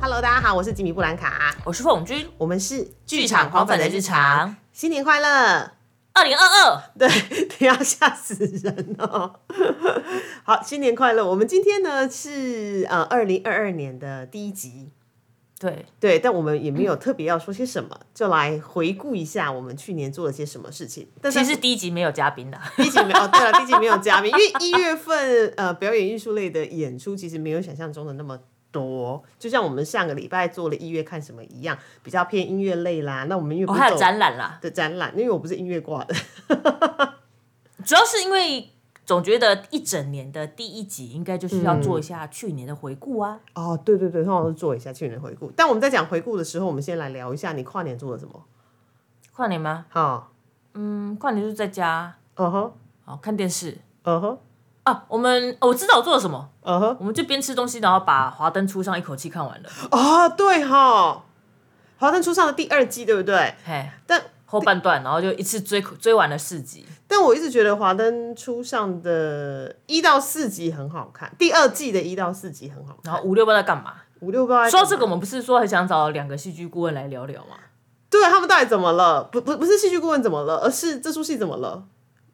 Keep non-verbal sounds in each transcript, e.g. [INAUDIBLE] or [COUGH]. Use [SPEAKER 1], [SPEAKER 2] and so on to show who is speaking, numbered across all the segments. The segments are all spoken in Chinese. [SPEAKER 1] Hello，大家好，我是吉米布兰卡，
[SPEAKER 2] 我是凤君，
[SPEAKER 1] 我们是
[SPEAKER 2] 剧场狂粉的日，常，
[SPEAKER 1] 新年快乐！
[SPEAKER 2] 二零二二，
[SPEAKER 1] [LAUGHS] 对，等要吓死人哦！好，新年快乐！我们今天呢是呃二零二二年的第一集，
[SPEAKER 2] 对，
[SPEAKER 1] 对，但我们也没有特别要说些什么，就来回顾一下我们去年做了些什么事情。但是
[SPEAKER 2] 其实第一集没有嘉宾的，
[SPEAKER 1] 第一集没有，哦对了，第一集没有嘉宾，因为一月份呃表演艺术类的演出其实没有想象中的那么。多，就像我们上个礼拜做了一月看什么一样，比较偏音乐类啦。那我们因为不
[SPEAKER 2] 我、哦还有
[SPEAKER 1] 走
[SPEAKER 2] 展览啦，
[SPEAKER 1] 的展览，因为我不是音乐挂的，
[SPEAKER 2] 主要是因为总觉得一整年的第一集应该就是要做一下去年的回顾啊。
[SPEAKER 1] 哦，对对对，通常是做一下去年的回顾。但我们在讲回顾的时候，我们先来聊一下你跨年做了什么。
[SPEAKER 2] 跨年吗？
[SPEAKER 1] 好，
[SPEAKER 2] 嗯，跨年就是在家，
[SPEAKER 1] 嗯哼，
[SPEAKER 2] 哦，看电视
[SPEAKER 1] 嗯哼，
[SPEAKER 2] 啊。我们、哦我知道我做了什么，
[SPEAKER 1] 嗯哼，
[SPEAKER 2] 我们就边吃东西，然后把《华灯初上》一口气看完了。
[SPEAKER 1] 哦，对哈，《华灯初上》的第二季对不对？
[SPEAKER 2] 嘿，
[SPEAKER 1] 但
[SPEAKER 2] 后半段，然后就一次追追完了四集。
[SPEAKER 1] 但我一直觉得《华灯初上》的一到四集很好看，第二季的一到四集很好看。
[SPEAKER 2] 然后五六不知道在干嘛。
[SPEAKER 1] 五六八
[SPEAKER 2] 说到这个，我们不是说很想找两个戏剧顾问来聊聊吗？
[SPEAKER 1] 对啊他们到底怎么了？不不不是戏剧顾问怎么了，而是这出戏怎么了？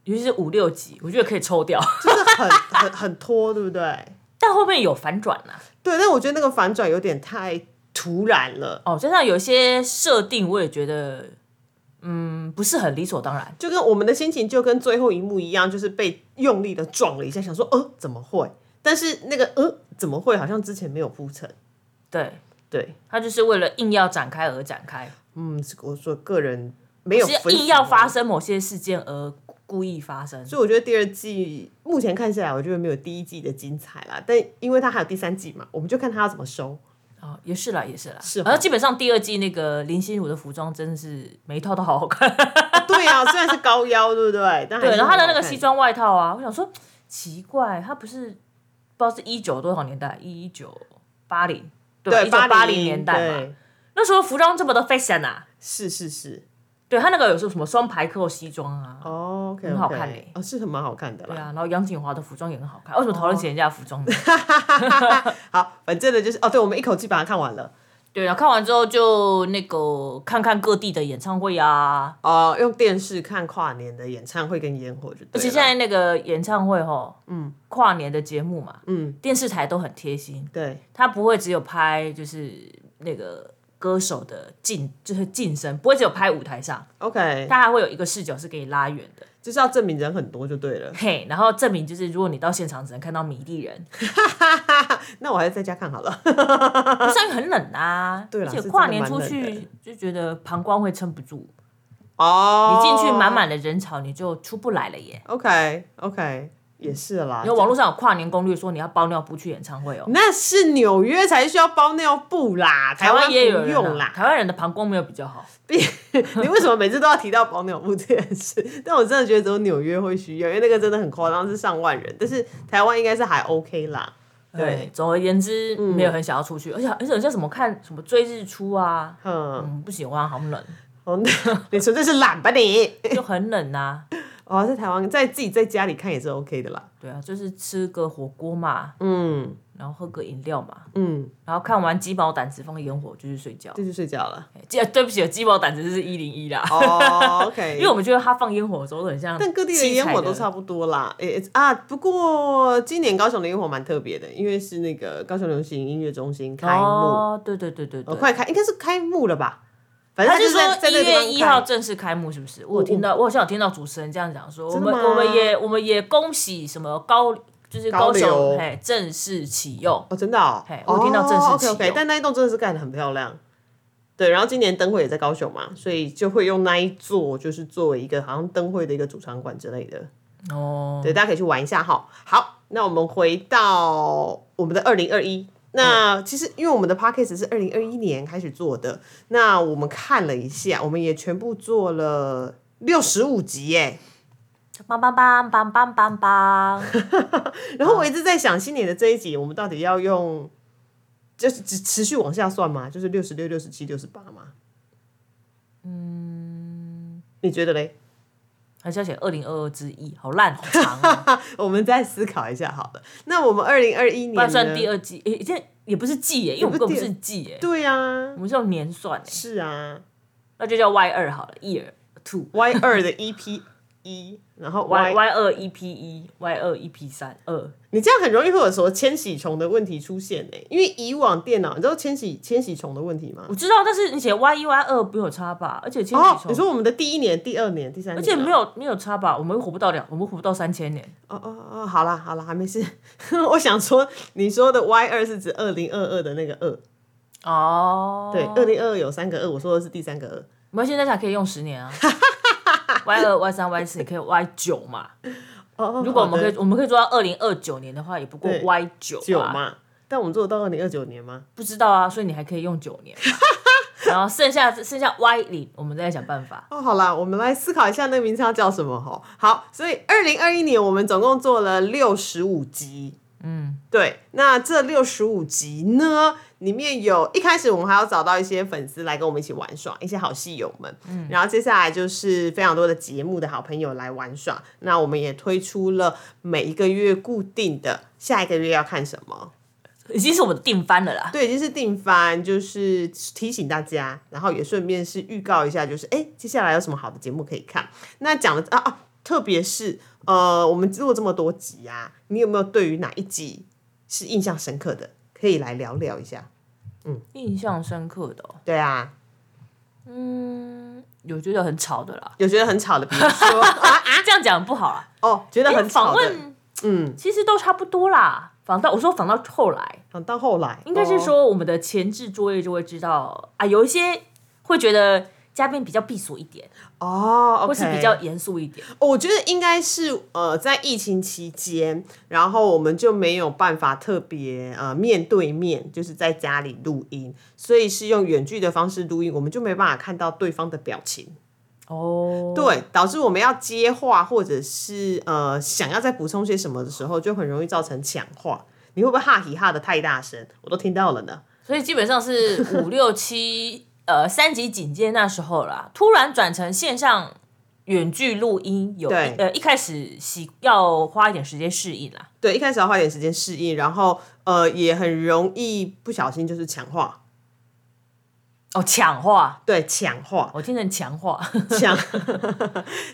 [SPEAKER 2] 尤其是五六集，我觉得可以抽 [LAUGHS] 掉，
[SPEAKER 1] 就是很很很拖，对不对？
[SPEAKER 2] 但后面有反转啊呐、
[SPEAKER 1] 对，但我觉得那个反转有点太突然了。
[SPEAKER 2] 哦，加上有些设定，我也觉得，嗯，不是很理所当然。
[SPEAKER 1] 就跟我们的心情就跟最后一幕一样，就是被用力的撞了一下，想说呃怎么会？但是那个呃怎么会好像之前没有铺陈。
[SPEAKER 2] 对，哦
[SPEAKER 1] 对，
[SPEAKER 2] 他就是为了硬要展开而展开，
[SPEAKER 1] 嗯，这个我说个人没有
[SPEAKER 2] 是
[SPEAKER 1] 分析
[SPEAKER 2] 硬要
[SPEAKER 1] 完
[SPEAKER 2] 发，生某些事件而故意发生。
[SPEAKER 1] 所以我觉得第二季目前看下来，我觉得没有第一季的精彩啦。但因为它还有第三季嘛，我们就看它要怎么收。
[SPEAKER 2] 哦，也是啦，也是啦。
[SPEAKER 1] 是
[SPEAKER 2] 然后基本上第二季那个林心如的服装真的是每一套都好好看。
[SPEAKER 1] 对啊，虽然是高腰，对不对？但还
[SPEAKER 2] [LAUGHS] 对，
[SPEAKER 1] 是
[SPEAKER 2] 然后他的那个
[SPEAKER 1] 很好看
[SPEAKER 2] 西，装外套啊，我想说奇怪，他不是不知道是一九多少年代，一九八零，对，
[SPEAKER 1] 对
[SPEAKER 2] 一九八
[SPEAKER 1] 零
[SPEAKER 2] 零年代嘛，
[SPEAKER 1] 对，
[SPEAKER 2] 那时候服装这么的 fashion 啊，
[SPEAKER 1] 是是是。
[SPEAKER 2] 对他那个有时候什么双排扣西装啊，
[SPEAKER 1] 哦，OK，
[SPEAKER 2] 很好看欸
[SPEAKER 1] 嘞
[SPEAKER 2] 嘞，
[SPEAKER 1] 哦，是很蛮好看的啦
[SPEAKER 2] 对。啊，然后杨锦华的服装也很好看，为什么讨论起人家的服装呢？
[SPEAKER 1] 好，反正呢就是哦，对，我们一口气把它看完了。
[SPEAKER 2] 对，啊然后看完之后就那个看看各地的演唱会啊，
[SPEAKER 1] 哦，用电视看跨年的演唱会跟烟火就对了。
[SPEAKER 2] 而且现在那个演唱会吼，嗯，跨年的节目嘛，
[SPEAKER 1] 嗯，
[SPEAKER 2] 电视台都很贴心，
[SPEAKER 1] 对
[SPEAKER 2] 他不会只有拍就是那个歌手的近，就是近身，不会只有拍舞台上，
[SPEAKER 1] ，OK，
[SPEAKER 2] 他还会有一个视角是给你拉远的，
[SPEAKER 1] 就是要证明人很多就对了。 [LAUGHS]
[SPEAKER 2] 嘿，然后证明就是如果你到现场只能看到米粒人，
[SPEAKER 1] 那我还是在家看好了。 [LAUGHS]
[SPEAKER 2] 不是因为很冷啊，
[SPEAKER 1] 对
[SPEAKER 2] 而
[SPEAKER 1] 啦
[SPEAKER 2] 且
[SPEAKER 1] 是
[SPEAKER 2] 跨年
[SPEAKER 1] 真的
[SPEAKER 2] 出
[SPEAKER 1] 蛮冷的
[SPEAKER 2] 去就觉得膀胱会撑不住，
[SPEAKER 1] 哦
[SPEAKER 2] 你进去满满的人潮你就出不来了耶。
[SPEAKER 1] ，OK OK，也是啦。
[SPEAKER 2] 因为网络嗯上有跨年攻略说你要包尿布去演唱会哦，
[SPEAKER 1] 那是纽约才需要包尿布啦，台
[SPEAKER 2] 台湾也有
[SPEAKER 1] 不
[SPEAKER 2] 人啊
[SPEAKER 1] 用啦。 [LAUGHS]
[SPEAKER 2] 台湾人的膀胱没有比较好，
[SPEAKER 1] 你为什么每次都要提到包尿布这件事？ [LAUGHS] 但我真的觉得只有纽约会需要，因为那个真的很夸张，是上万人。但是台湾应该是还 OK 啦。对，嗯
[SPEAKER 2] 总而言之没有很想要出去，而且而且像什么看什么追日出
[SPEAKER 1] [LAUGHS]
[SPEAKER 2] 啊，
[SPEAKER 1] 嗯，
[SPEAKER 2] 嗯，不喜欢，好
[SPEAKER 1] [LAUGHS]
[SPEAKER 2] 冷，
[SPEAKER 1] 哦，
[SPEAKER 2] 嗯
[SPEAKER 1] 那你纯粹是懒吧你？
[SPEAKER 2] 就很冷啊呐、
[SPEAKER 1] 哦，在台湾，在自己在家里看也是 OK 的啦。
[SPEAKER 2] 对啊，就是吃个火锅嘛，
[SPEAKER 1] 嗯
[SPEAKER 2] 然后喝个饮料嘛，
[SPEAKER 1] 嗯，
[SPEAKER 2] 然后看完鸡毛掸子放烟火就去睡觉。
[SPEAKER 1] 这就睡觉了。
[SPEAKER 2] 哎鸡对不起，鸡毛掸子是一零一啦， [LAUGHS]
[SPEAKER 1] 哦，OK，
[SPEAKER 2] 因为我们觉得它放烟火的时候都很像，
[SPEAKER 1] 但各地的烟火都差。不多啦。诶、啊，不过今年高雄的烟火蛮特别的，因为是那个高雄流行音乐中心开幕，
[SPEAKER 2] 哦，对对对对对，
[SPEAKER 1] 快开应该是开幕了吧？反正
[SPEAKER 2] 他
[SPEAKER 1] 它就是是在
[SPEAKER 2] 说
[SPEAKER 1] 在
[SPEAKER 2] 一
[SPEAKER 1] 那个地方
[SPEAKER 2] 月一号
[SPEAKER 1] 开，
[SPEAKER 2] 正式开幕，是不是？我有听到，我好像有听到主持人这样讲说，我
[SPEAKER 1] 真的
[SPEAKER 2] 们
[SPEAKER 1] 吗
[SPEAKER 2] 我们也我们也恭喜什么高，就是高
[SPEAKER 1] 高流
[SPEAKER 2] 雄哎正式启用，
[SPEAKER 1] 哦，真的哦
[SPEAKER 2] 嘿，我听到正式启
[SPEAKER 1] OK
[SPEAKER 2] 用
[SPEAKER 1] OK，但那一栋真的是盖的很漂亮。对，然后今年灯会也在高雄嘛，所以就会用那一座，就是作为一个好像灯会的一个主场馆之类的。
[SPEAKER 2] 哦，
[SPEAKER 1] 对，大家可以去玩一下哈。好，那我们回到我们的二零二一，
[SPEAKER 2] 嗯
[SPEAKER 1] 那其实因为我们的 p a c k a g e 是二零二一年开始做的，那我们看了一下，我们也全部做了六十五集耶。
[SPEAKER 2] 梆梆梆梆梆梆梆，
[SPEAKER 1] 然
[SPEAKER 2] 嗯
[SPEAKER 1] 后我一直在想，新年的这一集我们到底要用，就是只持续往下算吗？就是六十六、六十七、六十八吗？嗯，你觉得嘞？
[SPEAKER 2] 还是要写二零二二之一，好烂，好
[SPEAKER 1] [LAUGHS]
[SPEAKER 2] 长、啊，
[SPEAKER 1] 我们再思考一下好了。那我们二零二一年
[SPEAKER 2] 不然
[SPEAKER 1] 呢
[SPEAKER 2] 算第二季，诶、这也不是季耶、因为我们根本不是季耶、
[SPEAKER 1] 对呀、啊
[SPEAKER 2] 我，们是用年算耶、
[SPEAKER 1] 是啊
[SPEAKER 2] 那就叫 Y 二好了，Year Two。
[SPEAKER 1] ，Y 二的 EP 一，然后
[SPEAKER 2] Y Y 二 EP 一，Y 二 EP 三二，
[SPEAKER 1] 你这样很容易会有什么千禧虫的问题出现呢、因为以往电脑，你知道千禧千禧虫的问题吗
[SPEAKER 2] 我？知道，但是你写 Y 一 Y 二不有差吧？而且千禧
[SPEAKER 1] 哦，
[SPEAKER 2] 虫，
[SPEAKER 1] 你说我们的第一年、第二年、第三年啊，
[SPEAKER 2] 而且没有没有差吧？我们活不到两，我们活不到三千年，
[SPEAKER 1] 哦哦哦，好啦好啦，还没事。 [LAUGHS] 我想说，你说的 Y 二是指二零二二的那个二，
[SPEAKER 2] 哦，
[SPEAKER 1] 对，二零二二有三个二，我说的是第三个二。
[SPEAKER 2] 我们现在想可以用
[SPEAKER 1] [LAUGHS]
[SPEAKER 2] 十年啊，Y 二 Y 三 Y 四，你可以 Y 九嘛？
[SPEAKER 1] 哦，
[SPEAKER 2] 如果我们可
[SPEAKER 1] 好
[SPEAKER 2] 以，
[SPEAKER 1] 的
[SPEAKER 2] 我们可以做到二零二九年的话，也不过
[SPEAKER 1] 对
[SPEAKER 2] Y 九
[SPEAKER 1] 九
[SPEAKER 2] 啊，
[SPEAKER 1] 嘛，但我们做得到二零二九年吗？
[SPEAKER 2] 不知道啊，所以你还可以用九
[SPEAKER 1] [LAUGHS]
[SPEAKER 2] 年嘛。然后剩下剩下 Y 零，我们再想办法。
[SPEAKER 1] 哦，好啦，我们来思考一下那个名称要叫什么哈。好，所以二零二一年我们总共做了六十五集。嗯，对，那这六十五集呢，里面有一开始我们还要找到一些粉丝来跟我们一起玩耍，一些好戏友们。嗯，然后接下来就是非常多的节目的好朋友来玩耍。那我们也推出了每一个月固定的，下一个月要看什么？
[SPEAKER 2] 已经是我们定番了 [LAUGHS] 啦。
[SPEAKER 1] 对，已经是定番，就是提醒大家，然后也顺便是预告一下，就是哎，接下来有什么好的节目可以看。那讲了啊啊，特别是呃，我们录这么多集啊，你有没有对于哪一集是印象深刻的？可以来聊聊一下。
[SPEAKER 2] 印象深刻的、哦，
[SPEAKER 1] 对啊，
[SPEAKER 2] 嗯，有觉得很吵的啦。
[SPEAKER 1] 有觉得很吵的，比如说
[SPEAKER 2] 这样讲不好啊。
[SPEAKER 1] 哦，觉啊得很
[SPEAKER 2] 访
[SPEAKER 1] 吵的，
[SPEAKER 2] 问，嗯，其实都差不多啦。访到我说访到后来，
[SPEAKER 1] 嗯，到后来
[SPEAKER 2] 应该是
[SPEAKER 1] 哦
[SPEAKER 2] 说我们的前置作业就会知道啊，有一些会觉得嘉宾比较避俗一点，
[SPEAKER 1] 哦，OK，
[SPEAKER 2] 或是比较严肃一点。
[SPEAKER 1] 哦我觉得应该是呃，在疫情期间，然后我们就没有办法特别呃面对面，就是在家里录音，所以是用远距的方式录音，我们就没办法看到对方的表情，
[SPEAKER 2] 哦，
[SPEAKER 1] 对，导致我们要接话或者是呃想要再补充些什么的时候，就很容易造成抢话。你会不会哈hi 哈的太大声？我都听到了呢。
[SPEAKER 2] 所以基本上是五六七呃三级警戒那时候啦，突然转成线上远距录音，有一
[SPEAKER 1] 对
[SPEAKER 2] 呃一开始习要花一点时间适应啦。
[SPEAKER 1] 对，一开始要花点时间适应，然后呃也很容易不小心就是抢话，
[SPEAKER 2] 哦，抢话，
[SPEAKER 1] 对，抢话。
[SPEAKER 2] 我听成强化。
[SPEAKER 1] [LAUGHS] 抢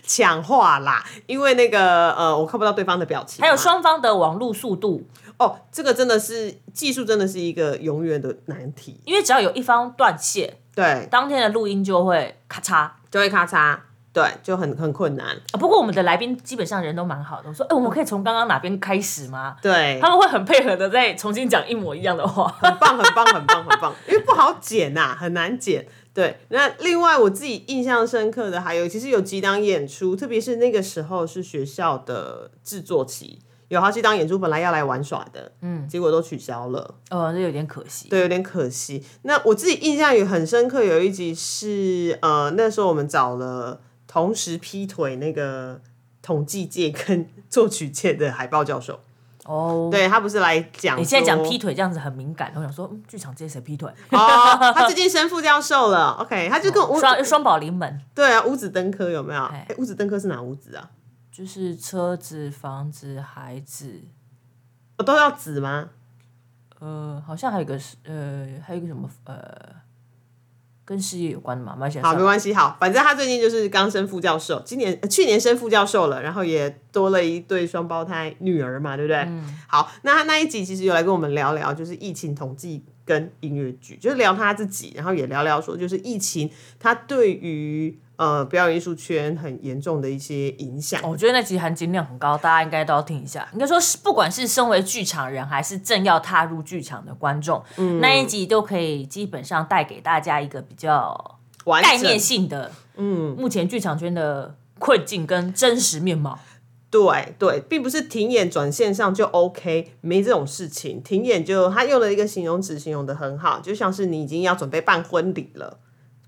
[SPEAKER 1] 抢话啦，因为那个呃，我看不到对方的表情嘛。
[SPEAKER 2] 还有双方的网络速度，
[SPEAKER 1] 哦，这个真的是技术，真的是一个永远的难题。
[SPEAKER 2] 因为只要有一方断线，
[SPEAKER 1] 对，
[SPEAKER 2] 当天的录音就会咔嚓。啊
[SPEAKER 1] 就会咔嚓，对，就很很困难。
[SPEAKER 2] 不过我们的来宾基本上人都蛮好的，我说，哎、我们可以从刚刚哪边开始吗？ [LAUGHS]
[SPEAKER 1] 对
[SPEAKER 2] 他，们会很配合的，再重新讲一模一样的 [LAUGHS] 话。
[SPEAKER 1] 很棒，很棒，很棒，很棒，因为不好剪呐、很难剪。对，那另外我自己印象深刻的还有，其实有几档演出，特别是那个时候是学校的制作期，有好几档演出本来要来玩耍的，嗯，结果都取消了。
[SPEAKER 2] 呃，这有点可惜。
[SPEAKER 1] 对，有点可惜。那我自己印象也很深刻，有一集是呃，那时候我们找了同时劈腿那个统计界跟作曲界的海豹教授，
[SPEAKER 2] 哦，
[SPEAKER 1] 对他不是来讲，
[SPEAKER 2] 你现在讲劈。腿这样子很敏感，我想说，嗯，剧场界谁劈腿？ [LAUGHS]
[SPEAKER 1] 哦，他最近升副教授了，OK，他就跟五、
[SPEAKER 2] 双双宝临门，
[SPEAKER 1] 对啊，五子登科有没有？
[SPEAKER 2] 哦哎
[SPEAKER 1] 哎，五子登科是哪五子啊？
[SPEAKER 2] 就是车子、房子、孩子，
[SPEAKER 1] 哦、都要子吗？
[SPEAKER 2] 呃，好像还有一个是呃，还有一个什么呃，跟事业有关的嘛，蛮想
[SPEAKER 1] 好，没关系，好，反正他最近就是刚升副教授，今年、呃去年升副教授了，然后也多了一对双胞胎女儿嘛，对不对？好，那他那一集其实有来跟我们聊聊，就是疫情统计跟音乐剧，就是聊他自己，然后也聊聊说，就是疫情他对于呃表演艺术圈很严重的一些影响。
[SPEAKER 2] 哦我觉得那集含金量很高，大家应该都要听一下。应该说是，不管是身为剧场人，还是正要踏入剧场的观众，那一集都可以基本上带给大家一个比较
[SPEAKER 1] 完
[SPEAKER 2] 概
[SPEAKER 1] 整
[SPEAKER 2] 念性的，嗯，目前剧场圈的困境跟真实面貌。
[SPEAKER 1] 对对，并不是停演转线上就 OK，没这种事情。停演就他用了一个形容词，形容的很好，就像是你已经要准备办婚礼了。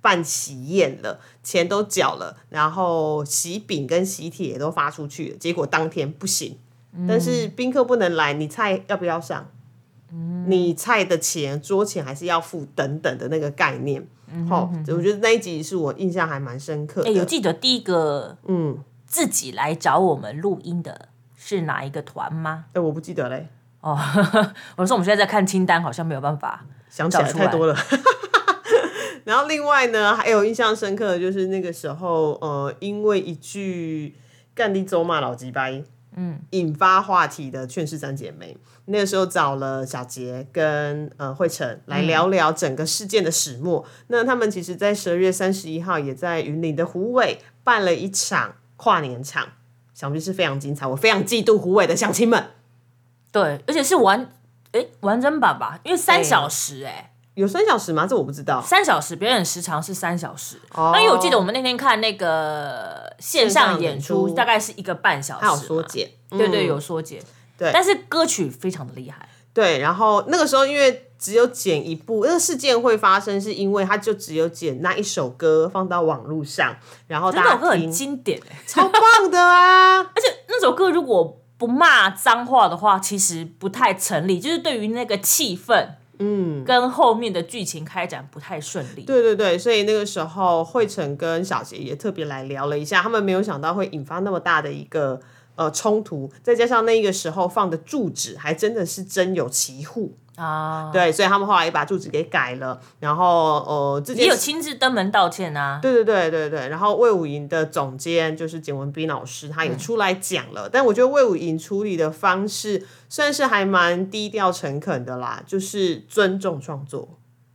[SPEAKER 1] 办喜宴了，钱都缴了，然后喜饼跟喜帖也都发出去了，结果当天不行，
[SPEAKER 2] 嗯
[SPEAKER 1] 但是宾客不能来，你菜要不要上？
[SPEAKER 2] 嗯
[SPEAKER 1] 你菜的钱、桌钱还是要付等等的那个概念。
[SPEAKER 2] 嗯
[SPEAKER 1] 好、我觉得那一集是我印象还蛮深刻的。
[SPEAKER 2] 哎，有记得第一个嗯自己来找我们录音的是哪一个团吗？哦
[SPEAKER 1] 哎我不记得嘞，
[SPEAKER 2] [LAUGHS] 我说我们现在在看清单，好像没有办法。
[SPEAKER 1] 想起来
[SPEAKER 2] 找出来
[SPEAKER 1] 太多了。 [LAUGHS] 然后另外呢，还有印象深刻的就是那个时候，呃，因为一句“干地走马老鸡掰”，嗯，引发话题的《劝世三姐妹》，那个时候找了小杰跟呃惠晨
[SPEAKER 2] 嗯
[SPEAKER 1] 来聊聊整个事件的始末。那他们其实，在十二月三十一号也在云林的虎尾办了一场跨年场，想必是非常精彩。我非常嫉妒虎尾的乡亲们。
[SPEAKER 2] 对，而且是完哎完整版吧，因为三
[SPEAKER 1] 对
[SPEAKER 2] 小时哎、
[SPEAKER 1] 有三小时吗？这我不知道。
[SPEAKER 2] 三小时，表演时长是三小时。那因为我记得我们那天看那个线上演
[SPEAKER 1] 哦线上演
[SPEAKER 2] 出，
[SPEAKER 1] 出
[SPEAKER 2] 大概是一个半小时，啊
[SPEAKER 1] 还有缩，减，嗯
[SPEAKER 2] 对对，有缩减。对，但是歌曲非常的厉害，
[SPEAKER 1] 对，然后那个时候因为只有剪一部，那个事件会发生是因为它就只有剪那一首歌放到网络上，然后
[SPEAKER 2] 那
[SPEAKER 1] 大
[SPEAKER 2] 首歌
[SPEAKER 1] 家
[SPEAKER 2] 很
[SPEAKER 1] 听，
[SPEAKER 2] 经典、欸，
[SPEAKER 1] 超棒的啊！
[SPEAKER 2] 而且那首歌如果不骂脏话的话，其实不太成立，就是对于那个气氛，嗯，跟后面的剧情开展不太顺利。
[SPEAKER 1] 对对对，所以那个时候惠成跟小杰也特别来聊了一下，他们没有想到会引发那么大的一个呃冲突，再加上那个时候放的住址还真的是真有其户，
[SPEAKER 2] 啊，
[SPEAKER 1] 对，所以他们后来也把住址给改了，然后呃，这件
[SPEAKER 2] 也有
[SPEAKER 1] 事
[SPEAKER 2] 亲自登门道歉啊。
[SPEAKER 1] 对对对对对，然后魏武营的总监就是简文斌老师，他也出来讲了。但我觉得魏武营处理的方式算是还蛮低调诚恳的啦，就是尊重创作。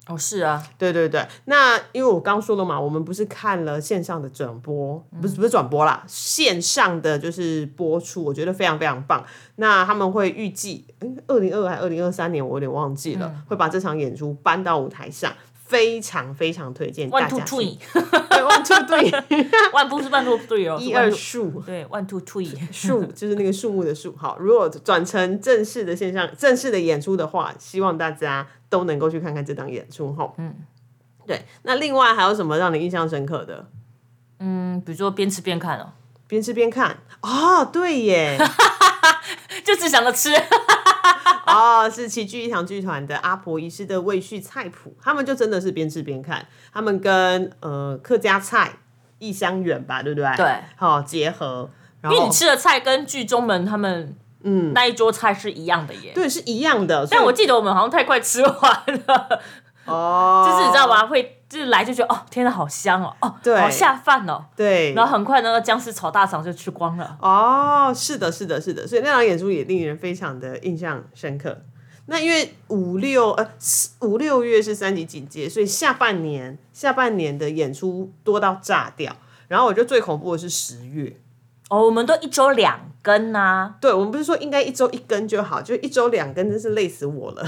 [SPEAKER 2] 哦，是啊，
[SPEAKER 1] 对对对，那因为我刚说了嘛，我们不是看了线上的转播，不是不是转播啦，线上的就是播出，我觉得非常非常棒。那他们会预计，二零二还二零二三年，我有点忘记了，会把这场演出搬到舞台上，非常非常推荐大
[SPEAKER 2] one
[SPEAKER 1] 家
[SPEAKER 2] two
[SPEAKER 1] 去。
[SPEAKER 2] three，
[SPEAKER 1] 对，one two three，
[SPEAKER 2] 万不是 one two three 哦，
[SPEAKER 1] [LAUGHS]
[SPEAKER 2] 是
[SPEAKER 1] 一
[SPEAKER 2] one
[SPEAKER 1] 二
[SPEAKER 2] two-
[SPEAKER 1] 数
[SPEAKER 2] 对 one two three。 [LAUGHS]
[SPEAKER 1] 树，就是那个树木的树。好，如果转成正式的线上、正式的演出的话，希望大家都能够去看看这档演出。吼，嗯，对。那另外还有什么让你印象深刻的？
[SPEAKER 2] 嗯，比如说边吃边看哦，
[SPEAKER 1] 边吃边看哦，对
[SPEAKER 2] [LAUGHS]
[SPEAKER 1] 耶，
[SPEAKER 2] 就只想着吃。
[SPEAKER 1] 哦，是齐聚一堂剧团的阿婆一世的魏续菜谱，他们就真的是边吃边看，他们跟呃客家菜异乡远吧，对不对？哦
[SPEAKER 2] 对，
[SPEAKER 1] 好、结合，然
[SPEAKER 2] 因为
[SPEAKER 1] 后
[SPEAKER 2] [LAUGHS] 你吃的菜跟剧中们他们嗯那一桌菜是一样的耶。
[SPEAKER 1] 对是一样的，所
[SPEAKER 2] 但
[SPEAKER 1] 以
[SPEAKER 2] 我记得我们好像太快吃完
[SPEAKER 1] [LAUGHS]
[SPEAKER 2] 了，
[SPEAKER 1] 哦，
[SPEAKER 2] 就是你知道吗？会就是来就觉得哦，天哪，好香哦，哦，
[SPEAKER 1] 对
[SPEAKER 2] 好下饭哦。
[SPEAKER 1] 对，
[SPEAKER 2] 然后很快呢，姜丝炒大肠就吃光了。
[SPEAKER 1] 哦，是的，是的，是的，所以那场演出也令人非常的印象深刻。那因为五六呃四五六月是三级警戒，所以下半年下半年的演出多到炸掉。然后我觉得最恐怖的是十月，
[SPEAKER 2] 哦，我们都一周两根啊呐、
[SPEAKER 1] 对我们不是说应该一周一根就好，就一周两根，真是累死我了。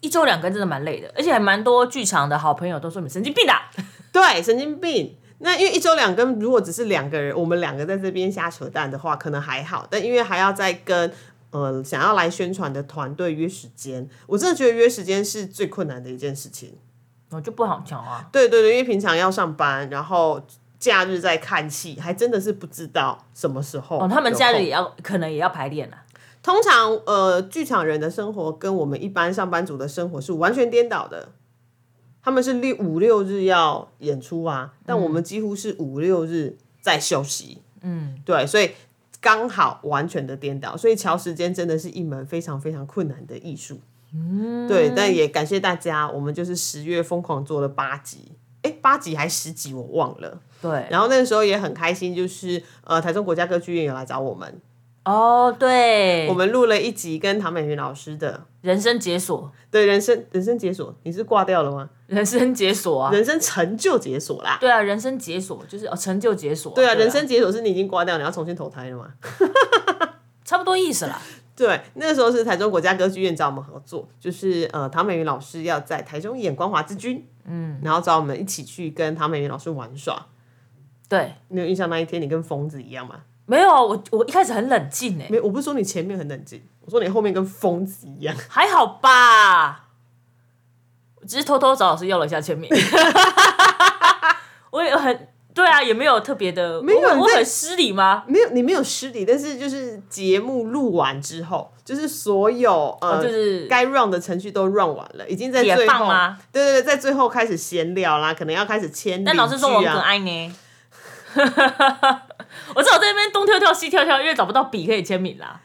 [SPEAKER 2] 一周两根真的蛮累的，而且还蛮多剧场的好朋友都说你神经病啊的、
[SPEAKER 1] 对，神经病。那因为一周两更，如果只是两个人，我们两个在这边瞎扯淡的话，可能还好。但因为还要再跟呃想要来宣传的团队约时间，我真的觉得约时间是最困难的一件事情。
[SPEAKER 2] 我就不好讲啊。
[SPEAKER 1] 对对对，因为平常要上班，然后假日在看戏，还真的是不知道什么时候有
[SPEAKER 2] 哦，
[SPEAKER 1] 空。
[SPEAKER 2] 他们家里也要可能也要排练啊了、
[SPEAKER 1] 通常呃，剧场人的生活跟我们一般上班族的生活是完全颠倒的。他们是六五六日要演出啊，但我们几乎是五六日在休息。嗯，对，所以刚好完全的颠倒，所以调时间真的是一门非常非常困难的艺术。嗯，对，但也感谢大家，我们就是十月疯狂做了八集，哎，八集还十集我忘了。
[SPEAKER 2] 对，
[SPEAKER 1] 然后那个时候也很开心，就是呃，台中国家歌剧院有来找我们，
[SPEAKER 2] 哦，对，
[SPEAKER 1] 我们录了一集跟唐美云老师的，
[SPEAKER 2] 人生解锁，
[SPEAKER 1] 对人生人生解锁，你是挂掉了吗？
[SPEAKER 2] 人生解锁啊，
[SPEAKER 1] 人生成就解锁啦。
[SPEAKER 2] 对啊，人生解锁就是哦，成就解锁啊，
[SPEAKER 1] 对
[SPEAKER 2] 对
[SPEAKER 1] 啊，人生解锁是你已经挂掉，你要重新投胎了嘛？
[SPEAKER 2] 差不多意思啦。
[SPEAKER 1] 对，那个时候是台中国家歌剧院找我们合作，就是呃唐美云老师要在台中演《光华之君》，嗯，然后找我们一起去跟唐美云老师玩耍。
[SPEAKER 2] 对，
[SPEAKER 1] 你有印象那一天你跟疯子一样吗？
[SPEAKER 2] 没有，啊我我一开始很冷静哎、
[SPEAKER 1] 没，我不是说你前面很冷静，我说你后面跟疯子一样。
[SPEAKER 2] 还好吧，我只是偷偷找老师要了一下签名。
[SPEAKER 1] [LAUGHS]
[SPEAKER 2] 我也很对啊，也没有特别的，
[SPEAKER 1] 没有啊
[SPEAKER 2] 我我
[SPEAKER 1] 你在
[SPEAKER 2] 很失礼吗？
[SPEAKER 1] 没有，你没有失礼，但是就是节目录完之后，就是所有呃，
[SPEAKER 2] 哦就是
[SPEAKER 1] 该 run 的程序都 run 完了，已经在
[SPEAKER 2] 也
[SPEAKER 1] 最
[SPEAKER 2] 放
[SPEAKER 1] 后，
[SPEAKER 2] 吗
[SPEAKER 1] 对对对，在最后开始闲聊啦，可能要开始签、啊。
[SPEAKER 2] 但老师说我很可爱呢。 [LAUGHS] 我知道我在那边东跳跳西跳跳，因为找不到笔可以签名啦。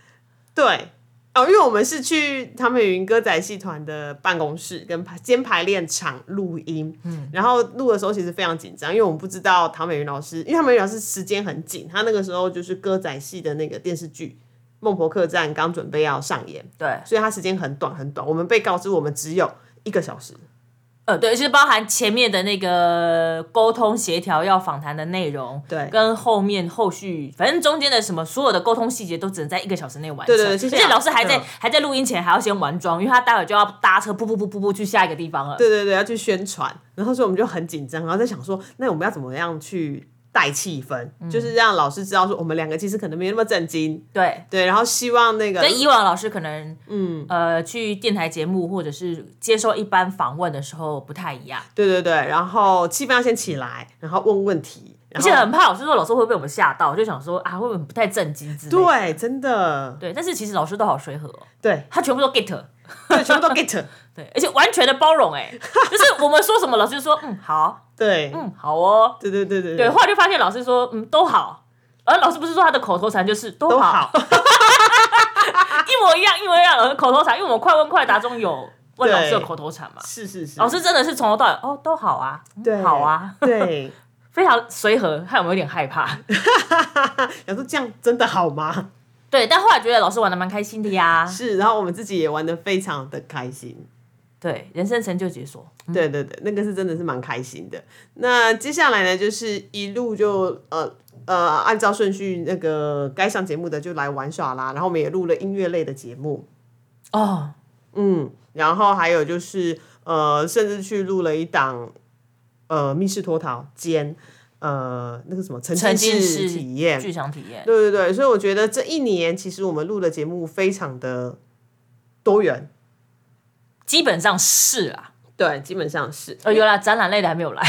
[SPEAKER 1] 对。哦，因为我们是去他们云歌仔戏团的办公室跟排兼排练场录音，嗯，然后录的时候其实非常紧张，因为我们不知道唐美云老师，因为唐美云老师时间很紧，她那个时候就是歌仔戏的那个电视剧《孟婆客栈》刚准备要上演，
[SPEAKER 2] 对，
[SPEAKER 1] 所以它时间很短很短。我们被告知我们只有一个小时，
[SPEAKER 2] 呃，对，就是包含前面的那个沟通协调要访谈的内容，
[SPEAKER 1] 对
[SPEAKER 2] 跟后面后续，反正中间的什么所有的沟通细节都只能在一个小时内完
[SPEAKER 1] 对
[SPEAKER 2] 成。
[SPEAKER 1] 对对
[SPEAKER 2] 而
[SPEAKER 1] 就像
[SPEAKER 2] 且老师还在、
[SPEAKER 1] 嗯
[SPEAKER 2] 还在录音前还要先完妆，因为他待会就要搭车噗噗噗噗噗去下一个地方了。
[SPEAKER 1] 对对对，要去宣传，然后所以我们就很紧张，然后在想说，那我们要怎么样去带气氛，就是让老师知道说我们两个其实可能没那么震惊，
[SPEAKER 2] 对，
[SPEAKER 1] 对，然后希望那个
[SPEAKER 2] 跟以往老师可能，嗯，呃，去电台节目或者是接受一般访问的时候不太一样，
[SPEAKER 1] 对对对，然后气氛要先起来，然后问问题，
[SPEAKER 2] 而
[SPEAKER 1] 然
[SPEAKER 2] 且
[SPEAKER 1] 后
[SPEAKER 2] 很怕老师说老师会被我们吓到，就想说啊，会不会不太正经之类的。
[SPEAKER 1] 对，真的
[SPEAKER 2] 对，但是其实老师都好随和、哦，
[SPEAKER 1] 对，
[SPEAKER 2] 他全部都 get，
[SPEAKER 1] 对，全部都 get，
[SPEAKER 2] 对，而且完全的包容、哎，就是我们说什么，老师就说嗯好，
[SPEAKER 1] 对，
[SPEAKER 2] 嗯好哦，
[SPEAKER 1] 对对对对
[SPEAKER 2] 对，后来就发现老师说嗯都好，而老师不是说他的口头禅就是都
[SPEAKER 1] 都
[SPEAKER 2] 好，
[SPEAKER 1] 好，
[SPEAKER 2] 一模一样，一模一样，老师口头禅，因为我们快问快答中有问老师有
[SPEAKER 1] 对
[SPEAKER 2] 口头禅嘛，
[SPEAKER 1] 是是是，
[SPEAKER 2] 老师真的是从头到尾哦都好啊，嗯
[SPEAKER 1] 对
[SPEAKER 2] 好啊，
[SPEAKER 1] 对， [LAUGHS]
[SPEAKER 2] 非常随和，害我们有点害怕。
[SPEAKER 1] 想说这样真的好吗？
[SPEAKER 2] 对，但后来觉得老师玩的蛮开心的呀。
[SPEAKER 1] 是，然后我们自己也玩的非常的开心。
[SPEAKER 2] 对，人生成就解锁。嗯
[SPEAKER 1] 对对对，那个是真的是蛮开心的。那接下来呢，就是一路就呃呃，按照顺序那个该上节目的就来玩耍啦。然后我们也录了音乐类的节目，
[SPEAKER 2] 哦，
[SPEAKER 1] 嗯，然后还有就是呃，甚至去录了一档呃密室脱逃兼呃那个什么沉
[SPEAKER 2] 沉
[SPEAKER 1] 浸
[SPEAKER 2] 浸
[SPEAKER 1] 式
[SPEAKER 2] 式
[SPEAKER 1] 体验，
[SPEAKER 2] 剧场体验。
[SPEAKER 1] 对对对，所以我觉得这一年其实我们录的节目非常的多元，
[SPEAKER 2] 基本上是啊。
[SPEAKER 1] 对，基本上是。
[SPEAKER 2] 呃，有啦，展览类的还
[SPEAKER 1] [LAUGHS]
[SPEAKER 2] 没有来。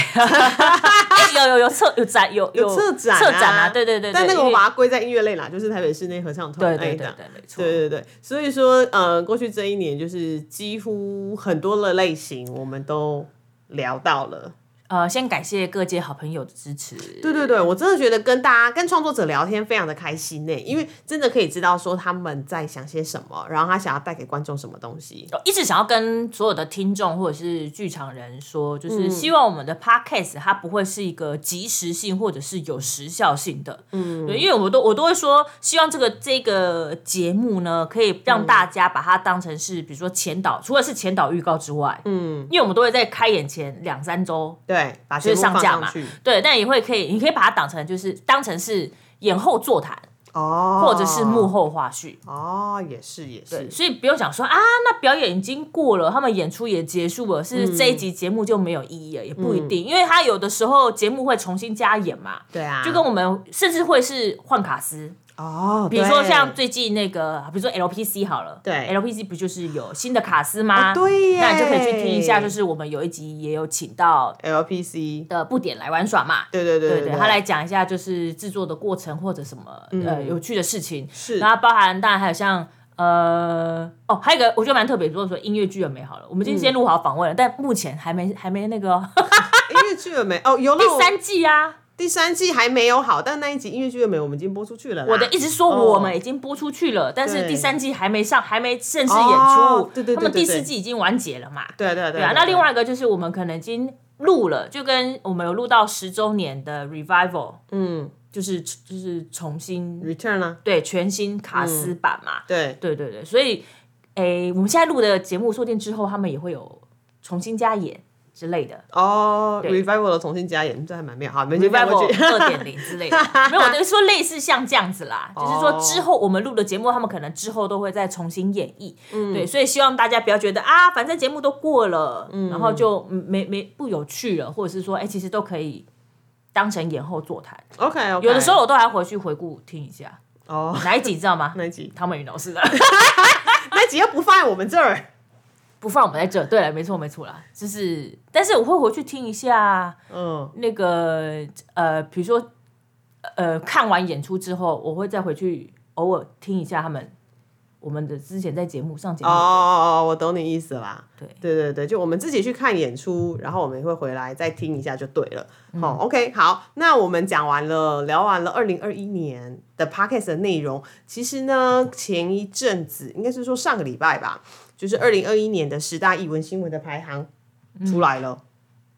[SPEAKER 2] 有有有策有展有
[SPEAKER 1] 有策展啊
[SPEAKER 2] 策展啊，对对对。对
[SPEAKER 1] 但那个
[SPEAKER 2] 因
[SPEAKER 1] 我
[SPEAKER 2] 为
[SPEAKER 1] 把它归在音乐类啦，就是台北室内合唱团
[SPEAKER 2] 对
[SPEAKER 1] 那一
[SPEAKER 2] 对
[SPEAKER 1] 档
[SPEAKER 2] 对。对，没错。
[SPEAKER 1] 对对对，所以说，呃，过去这一年就是几乎很多的类型我们都聊到了。
[SPEAKER 2] 呃，先感谢各界好朋友的支持。
[SPEAKER 1] 对对对，我真的觉得跟大家、跟创作者聊天非常的开心呢，因为真的可以知道说他们在想些什么，然后他想要带给观众什么东西。
[SPEAKER 2] 一直想要跟所有的听众或者是剧场人
[SPEAKER 1] 嗯
[SPEAKER 2] 说，就是希望我们的 podcast 它不会是一个及时性或者是有时效性的，嗯，因为我都我都会说，希望这个这个节目呢，可以
[SPEAKER 1] 嗯
[SPEAKER 2] 让大家把它当成是，比如说前导，除了是前导预告之外，嗯，因为我们都会在开演前两三周，
[SPEAKER 1] 对，把节
[SPEAKER 2] 就
[SPEAKER 1] 目
[SPEAKER 2] 是上
[SPEAKER 1] 放
[SPEAKER 2] 架嘛
[SPEAKER 1] 上去。
[SPEAKER 2] 对，但也会可以，你可以把它当成就是当成是演后座谈
[SPEAKER 1] 哦，
[SPEAKER 2] 或者是幕后花絮，
[SPEAKER 1] 哦，也是也是，
[SPEAKER 2] 所以不用想说啊，那表演已经过了，他们演出也结束了，是不是这
[SPEAKER 1] 嗯
[SPEAKER 2] 一集节目就没有意义了？也不一定，因为他有的时候节目会重新加演嘛，
[SPEAKER 1] 对啊，
[SPEAKER 2] 就跟我们甚至会是换卡司，
[SPEAKER 1] 哦，
[SPEAKER 2] 比如说
[SPEAKER 1] 对
[SPEAKER 2] 像最近那个，比如说 LPC 好了，
[SPEAKER 1] 对
[SPEAKER 2] ，LPC 不就是有新的卡司吗？
[SPEAKER 1] 哦对耶
[SPEAKER 2] 那你就可以去听一下，就是我们有一集也有请到
[SPEAKER 1] LPC，
[SPEAKER 2] 的布点来玩耍嘛，
[SPEAKER 1] 对对对
[SPEAKER 2] 对
[SPEAKER 1] 对
[SPEAKER 2] 对，他来讲一下就是制作的过程或者什么、呃有趣的事情，
[SPEAKER 1] 嗯是
[SPEAKER 2] 然后包含当然还有像呃哦，还有一个我觉得蛮特别，如果说音乐剧的美好了，我
[SPEAKER 1] 嗯
[SPEAKER 2] 们今天先录好访问了，但目前还没还没那
[SPEAKER 1] [LAUGHS]
[SPEAKER 2] 个、哦、
[SPEAKER 1] 音乐剧了没？哦，有了
[SPEAKER 2] 第三季啊，
[SPEAKER 1] 第三季还没有好，但那一集音乐剧的美我们已经播出去了啦。
[SPEAKER 2] 我的一直说
[SPEAKER 1] 哦
[SPEAKER 2] 我们已经播出去了，但是
[SPEAKER 1] 对
[SPEAKER 2] 第三季还没上，还没正式演出，
[SPEAKER 1] 哦对对对
[SPEAKER 2] 他们第
[SPEAKER 1] 对对
[SPEAKER 2] 四季已经完结了嘛，
[SPEAKER 1] 对对对
[SPEAKER 2] 对啊，那另外一个就是我们可能已经录了，就跟我们有录到十周年的 revival，
[SPEAKER 1] 嗯
[SPEAKER 2] 就是就是重新
[SPEAKER 1] ，Return 呢、
[SPEAKER 2] 对全新
[SPEAKER 1] 嗯
[SPEAKER 2] 卡斯版嘛，
[SPEAKER 1] 对
[SPEAKER 2] 对对对，所以诶，我们现在录的节目说不定之后他们也会有重新加演之类的
[SPEAKER 1] 哦、r e v i v a l 的重新加演，这还蛮妙。好，没事，翻
[SPEAKER 2] revival
[SPEAKER 1] 过去。
[SPEAKER 2] 二
[SPEAKER 1] [LAUGHS]
[SPEAKER 2] 点零之类的，没有，我的说类似像这样子啦，就是
[SPEAKER 1] 哦
[SPEAKER 2] 说之后我们录的节目，他们可能之后都会再重新演绎，
[SPEAKER 1] 嗯
[SPEAKER 2] 对，所以希望大家不要觉得啊，反正节
[SPEAKER 1] 嗯
[SPEAKER 2] 目都过了，然后就没没不有趣了，或者是说，哎，其实都可以。当成演后座谈。
[SPEAKER 1] OK，, o k
[SPEAKER 2] 有的时候我都还回去回顾听一下
[SPEAKER 1] 哦，
[SPEAKER 2] 哪一集，知道吗？
[SPEAKER 1] 那一集
[SPEAKER 2] 唐美云老师的，
[SPEAKER 1] 那集又不放在我们这儿。
[SPEAKER 2] 不放我们在这。对了，没错没错啦，就是，但是我会回去听一下
[SPEAKER 1] 嗯，
[SPEAKER 2] 那个呃，比如说呃，看完演出之后，我会再回去偶尔听一下他们我们的之前在节目上节
[SPEAKER 1] 哦
[SPEAKER 2] 目。
[SPEAKER 1] 哦哦，我懂你意思啦。
[SPEAKER 2] 嗯对
[SPEAKER 1] 对对对，就我们自己去看演出，然后我们也会回来再听一下就对了。好、o k 好，那我们讲完了，聊完了二零二一年的 podcast 的内容。其实呢，前一阵子应该是说上个礼拜吧，就是二零二一年的十大译文新闻的排行出来了。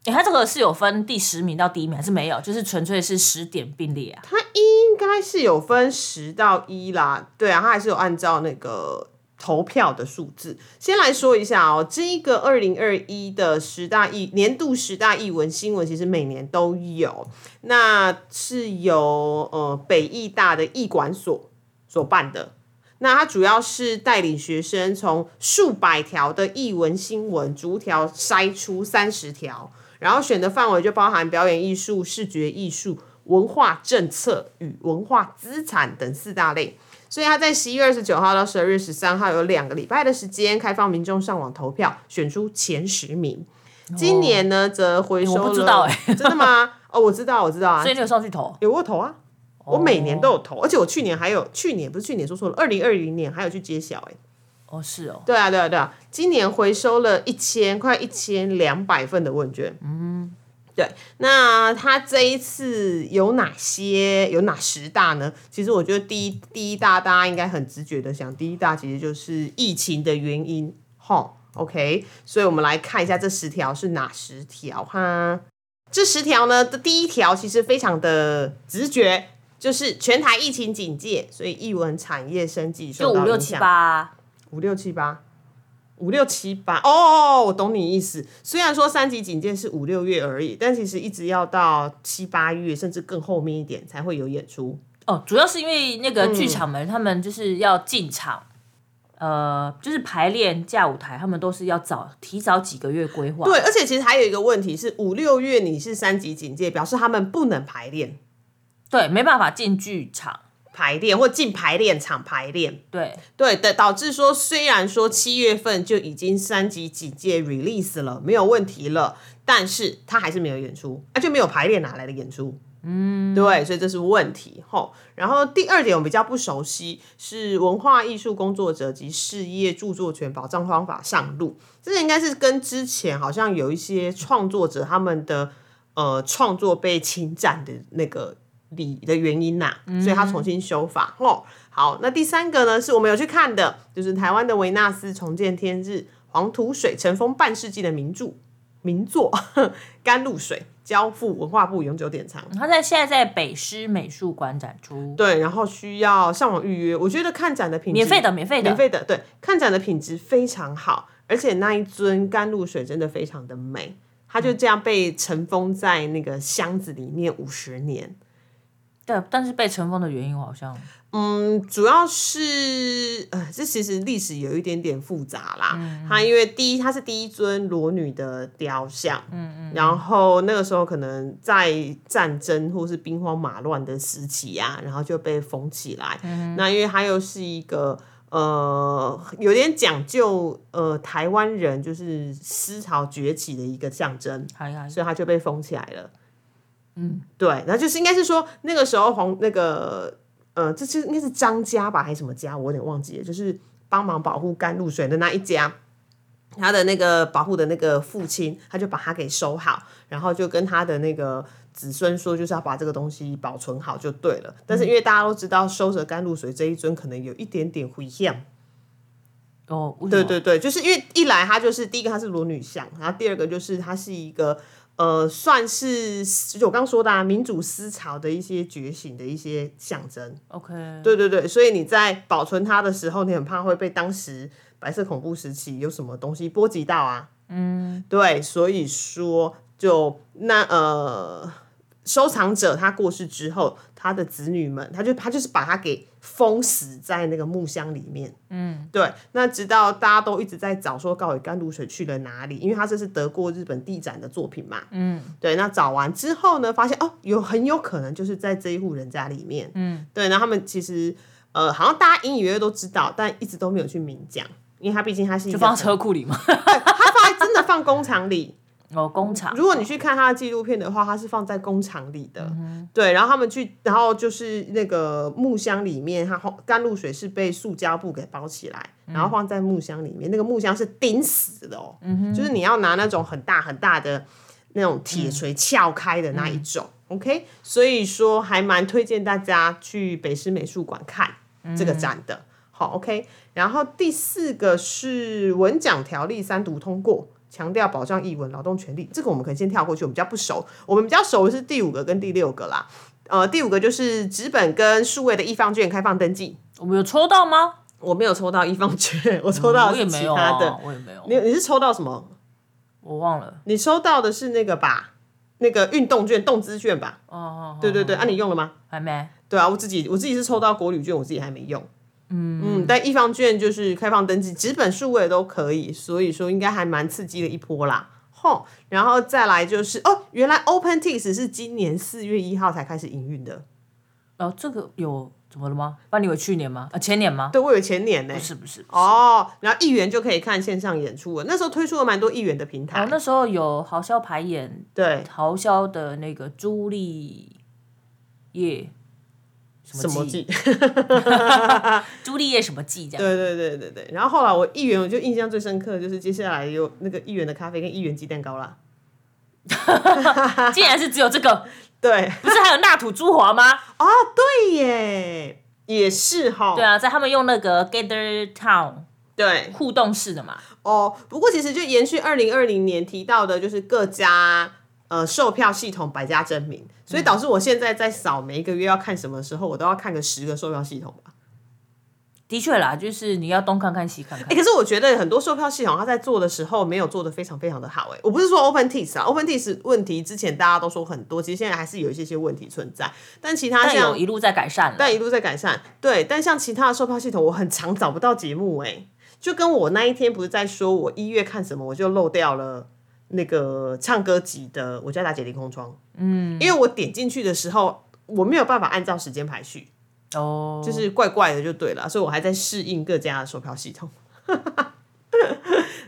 [SPEAKER 2] 诶他这个是有分第十名到第一名还是没有？就是纯粹是十点并列啊？
[SPEAKER 1] 应该是有分十到一啦，对啊，它还是有按照那个投票的数字。先来说一下哦，这一个二零二一的十大译年度十大译文新闻，其实每年都有，那是由呃北艺大的艺管所所办的。那它主要是带领学生从数百条的译文新闻逐条筛出三十条，然后选的范围就包含表演艺术、视觉艺术、文化政策与文化资产等四大类。所以他在十一月二十九号到十二月十三号有两个礼拜的时间，开放民众上网投票，选出前十名。今年呢，则回收了，
[SPEAKER 2] 我不知道欸
[SPEAKER 1] 真的吗？哦，我知道，我知道啊
[SPEAKER 2] 所，以你有哦上去投？
[SPEAKER 1] 有我投啊，我每年都有投，而且我去年还有，去年不是去年说错了，二零二零年还有去揭晓哎、欸
[SPEAKER 2] 哦，是哦，
[SPEAKER 1] 对啊，对啊，对啊，今年回收了一千快一千两百份的问卷。嗯，对。那他这一次有哪些？有哪十大呢？其实我觉得第一第一大，大家应该很直觉的想，第一大其实就是疫情的原因。哈，OK，所以我们来看一下这十条是哪十条哈。这十条呢，的第一条其实非常的直觉，就是全台疫情警戒，所以艺文产业生计
[SPEAKER 2] 就
[SPEAKER 1] 受
[SPEAKER 2] 五
[SPEAKER 1] 到
[SPEAKER 2] 六
[SPEAKER 1] 影
[SPEAKER 2] 七
[SPEAKER 1] 响。
[SPEAKER 2] 八啊。
[SPEAKER 1] 五六七八，五六七八。哦，我懂你意思。虽然说三级警戒是五六月而已，但其实一直要到七八月，甚至更后面一点才会有演出。
[SPEAKER 2] 哦，主要是因为那个剧场们、他们就是要进场，呃，就是排练架舞台，他们都是要早提早几个月规划。
[SPEAKER 1] 对，而且其实还有一个问题是，五六月你是三级警戒，表示他们不能排练、
[SPEAKER 2] 对，没办法进剧场。
[SPEAKER 1] 排练或进排练场排练。
[SPEAKER 2] 对，
[SPEAKER 1] 对的，导致说虽然说七月份就已经三级警戒 release 了，没有问题了，但是他还是没有演出，啊，就没有排练哪来的演出？嗯，对，所以这是问题吼。然后第二点，我比较不熟悉是文化艺术工作者及事业著作权保障方法上路，这个应该是跟之前好像有一些创作者他们的呃创作被侵占的那个理的原因呐、所以他重新修法哦。好，那第三个呢，是我们有去看的，就是台湾的维纳斯重见天日，黄土水尘封半世纪的名著名作 [LAUGHS] 《甘露水》，交付文化部永久典藏。
[SPEAKER 2] 嗯他在现在在北师美术馆展出，
[SPEAKER 1] 对，然后需要上网预约。我觉得看展的品质
[SPEAKER 2] 免费的，免费的
[SPEAKER 1] 免。费的，对，看展的品质非常好，而且那一尊甘露水真的非常的美，它
[SPEAKER 2] 嗯
[SPEAKER 1] 就这样被尘封在那个箱子里面五十年。
[SPEAKER 2] 对，但是被尘封的原因我好像
[SPEAKER 1] 嗯，主要是呃，这其实历史有一点点复杂啦。它因为第一，它是第一尊裸女的雕像，嗯嗯，然后那个时候可能在战争或是兵荒马乱的时期啊，然后就被封起来。那因为它又是一个。呃，有点讲究，呃，台湾人就是思潮崛起的一个象征，
[SPEAKER 2] 还还
[SPEAKER 1] 所以他就被封起来了。嗯，对，然后就是应该是说那个时候黄那个呃，这是应该是张家吧还是什么家，我有点忘记了，就是帮忙保护甘露水的那一家。他的那个保护的那个父亲，他就把它给收好，然后就跟他的那个子孙说，就是要把这个东西保存好就对了。但是因为大家都知道，收着甘露水这一尊可能有一点点回向，
[SPEAKER 2] 哦，为什
[SPEAKER 1] 对
[SPEAKER 2] 么
[SPEAKER 1] 对对，就是因为一来它就是第一个它是裸女像，然后第二个就是它是一个呃算是就我刚刚说的啊民主思潮的一些觉醒的一些象征。
[SPEAKER 2] ，OK，
[SPEAKER 1] 对对对，所以你在保存它的时候，你很怕会被当时白色恐怖时期有什么东西波及到啊。嗯，对，所以说就那呃，收藏者他过世之后，他的子女们，他就他就是把他给封死在那个木箱里面。嗯，对。那直到大家都一直在找说高野甘露水去了哪里，因为他这是得过日本地展的作品嘛。嗯，对。那找完之后呢，发现哦，有很有可能就是在这一户人家里面。嗯，对。然后他们其实呃，好像大家隐隐约约都知道，但一直都没有去明讲，因为他毕竟他是一
[SPEAKER 2] 就
[SPEAKER 1] 个
[SPEAKER 2] 放
[SPEAKER 1] 很
[SPEAKER 2] 车库里嘛。
[SPEAKER 1] 他放在真的放工厂里。
[SPEAKER 2] [LAUGHS] 哦，工厂。
[SPEAKER 1] 如果你去看他的纪录片的话，他是放在工厂里的，对。然后他们去，然后就是那个木箱里面，它后甘露水是被塑胶布给包起来，然后放在木箱里面。那个木箱是钉死的哦，就是你要拿那种很大很大的那种铁锤撬开的那一种。OK，所以说还蛮推荐大家去北师美术馆看这个展的。好，OK。然后第四个是文奖条例三读通过，强调保障译文劳动权利，这个我们可以先跳过去，我们比较不熟。我们比较熟的是第五个跟第六个啦。呃，第五个就是纸本跟数位的一方券开放登记，
[SPEAKER 2] 我们有抽到吗？
[SPEAKER 1] 我没有抽到一方券，我抽到
[SPEAKER 2] 我
[SPEAKER 1] 的
[SPEAKER 2] 也
[SPEAKER 1] 是
[SPEAKER 2] 没
[SPEAKER 1] 其
[SPEAKER 2] 有
[SPEAKER 1] 他
[SPEAKER 2] 啊
[SPEAKER 1] 的。，
[SPEAKER 2] 我也没有，
[SPEAKER 1] 你你是抽到什么？
[SPEAKER 2] 我忘了。
[SPEAKER 1] 你抽到的是那个吧？那个运动券、动资券吧？
[SPEAKER 2] 哦哦，
[SPEAKER 1] 对对对，啊，你用了吗？
[SPEAKER 2] 哦还没。
[SPEAKER 1] 对啊，我自己我自己是抽到国旅券，我自己还没用。嗯但一方券就是开放登记，纸本数位都可以，所以说应该还蛮刺激的一波啦。吼，然后再来就是哦，原来 OpenTix 是今年四月一号才开始营运的，
[SPEAKER 2] 哦，这个有怎么了吗？那你有去年吗？啊，前年吗？
[SPEAKER 1] 对我有前年呢、
[SPEAKER 2] 不是不是。不是
[SPEAKER 1] 哦，然后一元就可以看线上演出了，那时候推出了蛮多一元的平台，
[SPEAKER 2] 哦，那时候有豪笑排演
[SPEAKER 1] 对，
[SPEAKER 2] 豪笑的那个朱丽叶
[SPEAKER 1] 什么季？
[SPEAKER 2] 朱丽叶什么季这样？
[SPEAKER 1] 对对对对对。然后后来我一元，我就印象最深刻的就是接下来有那个一元的咖啡跟一元鸡蛋糕啦，啊
[SPEAKER 2] 竟然是只有这个，
[SPEAKER 1] 对，
[SPEAKER 2] 不是还有纳土朱
[SPEAKER 1] [LAUGHS]
[SPEAKER 2] 华吗？
[SPEAKER 1] 哦啊对耶，也是哈，
[SPEAKER 2] 对啊，在他们用那个 Gather Town
[SPEAKER 1] 对
[SPEAKER 2] 互动式的嘛，
[SPEAKER 1] 哦。不过其实就延续二零二零年提到的，就是各家呃售票系统百家争鸣，所以导致我现在在扫每一个月要看什么时候，我都要看个十个售票系统吧。
[SPEAKER 2] 的确啦，就是你要东看看西看
[SPEAKER 1] 哎、
[SPEAKER 2] 看，
[SPEAKER 1] 可是我觉得很多售票系统它在做的时候没有做的非常非常的好、欸。哎，我不是说 OpenTix 啊，OpenTix 问题之前大家都说很多，其实现在还是有一些些问题存在，但其他
[SPEAKER 2] 但
[SPEAKER 1] 像
[SPEAKER 2] 有一路在改善了。
[SPEAKER 1] 但一路在改善。对，但像其他的售票系统，我很常找不到节目哎、就跟我那一天不是在说我一月看什么，我就漏掉了那个唱歌集的《我叫大姐凌空窗》。嗯，因为我点进去的时候，我没有办法按照时间排序，
[SPEAKER 2] 哦，就
[SPEAKER 1] 就是怪怪的就对了，所以我还在适应各家的售票系统。 [LAUGHS]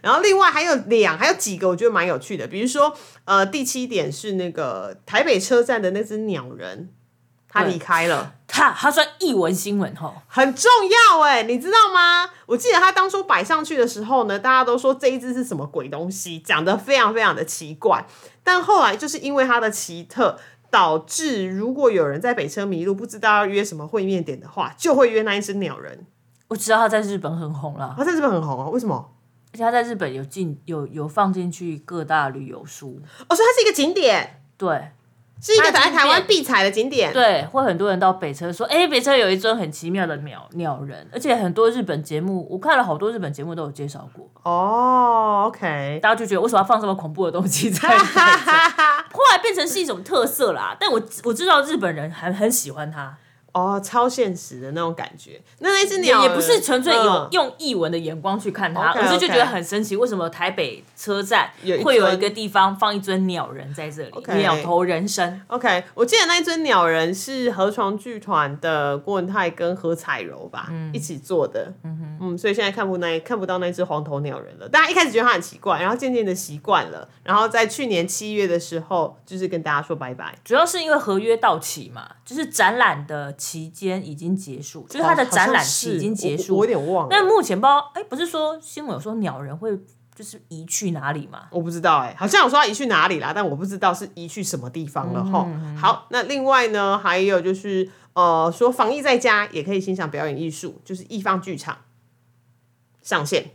[SPEAKER 1] 然后另外还有两，还有几个我觉得蛮有趣的，比如说，呃，第七点是那个台北车站的那只鸟人，他
[SPEAKER 2] 对
[SPEAKER 1] 离开了。
[SPEAKER 2] 他他算译文新闻吼，
[SPEAKER 1] 很重要哎、你知道吗？我记得他当初摆上去的时候呢，大家都说这一只是什么鬼东西，长得非常非常的奇怪。但后来就是因为它的奇特，导致如果有人在北车迷路，不知道要约什么会面点的话，就会约那一只鸟人。
[SPEAKER 2] 我知道他在日本很红啦，
[SPEAKER 1] 它在日本很红哦，为什么？
[SPEAKER 2] 而且他在日本有进有有放进去各大旅游书，
[SPEAKER 1] 哦，所以它是一个景点，
[SPEAKER 2] 对
[SPEAKER 1] 是一个
[SPEAKER 2] 它已
[SPEAKER 1] 在
[SPEAKER 2] 经
[SPEAKER 1] 台湾
[SPEAKER 2] 变
[SPEAKER 1] 必采的景点。
[SPEAKER 2] 对，会很多人到北车说，哎、北车有一尊很奇妙的鸟鸟人，而且很多日本节目，我看了好多日本节目都有介绍过，
[SPEAKER 1] 哦，OK，
[SPEAKER 2] 大家就觉得为什么要放这么恐怖的东西在
[SPEAKER 1] [LAUGHS]
[SPEAKER 2] 北车？后来变成是一种特色啦，但我我知道日本人还很喜欢它，
[SPEAKER 1] 哦，超现实的那种感觉。那那一只
[SPEAKER 2] 也
[SPEAKER 1] 鸟
[SPEAKER 2] 也
[SPEAKER 1] 人
[SPEAKER 2] 不是纯粹有
[SPEAKER 1] 嗯
[SPEAKER 2] 用译文的眼光去看它，
[SPEAKER 1] OK，
[SPEAKER 2] 我是就
[SPEAKER 1] OK
[SPEAKER 2] 觉得很神奇，为什么台北车站
[SPEAKER 1] 有一
[SPEAKER 2] 会有
[SPEAKER 1] 尊
[SPEAKER 2] 一个地方放一尊鸟人在这里，鸟头人身，
[SPEAKER 1] OK，我记得那一尊鸟人是河床剧团的郭文泰跟何彩柔吧、一起做的，嗯所以现在看不那看不到那只黄头鸟人了。大家一开始觉得它很奇怪，然后渐渐的习惯了，然后在去年七月的时候，就是跟大家说拜拜。
[SPEAKER 2] 主要是因为合约到期嘛，就是展览的期间已经结束，就是它的
[SPEAKER 1] 好像
[SPEAKER 2] 展览
[SPEAKER 1] 是
[SPEAKER 2] 期已经结
[SPEAKER 1] 我我
[SPEAKER 2] 束
[SPEAKER 1] 我。有点忘
[SPEAKER 2] 但
[SPEAKER 1] 了，
[SPEAKER 2] 目前不知道，哎、不是说新闻有说鸟人会就是移去哪里吗？
[SPEAKER 1] 我不知道哎、好像有说要移去哪里啦，但我不知道是移去什么地方了哈、好，那另外呢，还有就是呃，说防疫在家也可以欣赏表演艺术，就是艺方剧场上线。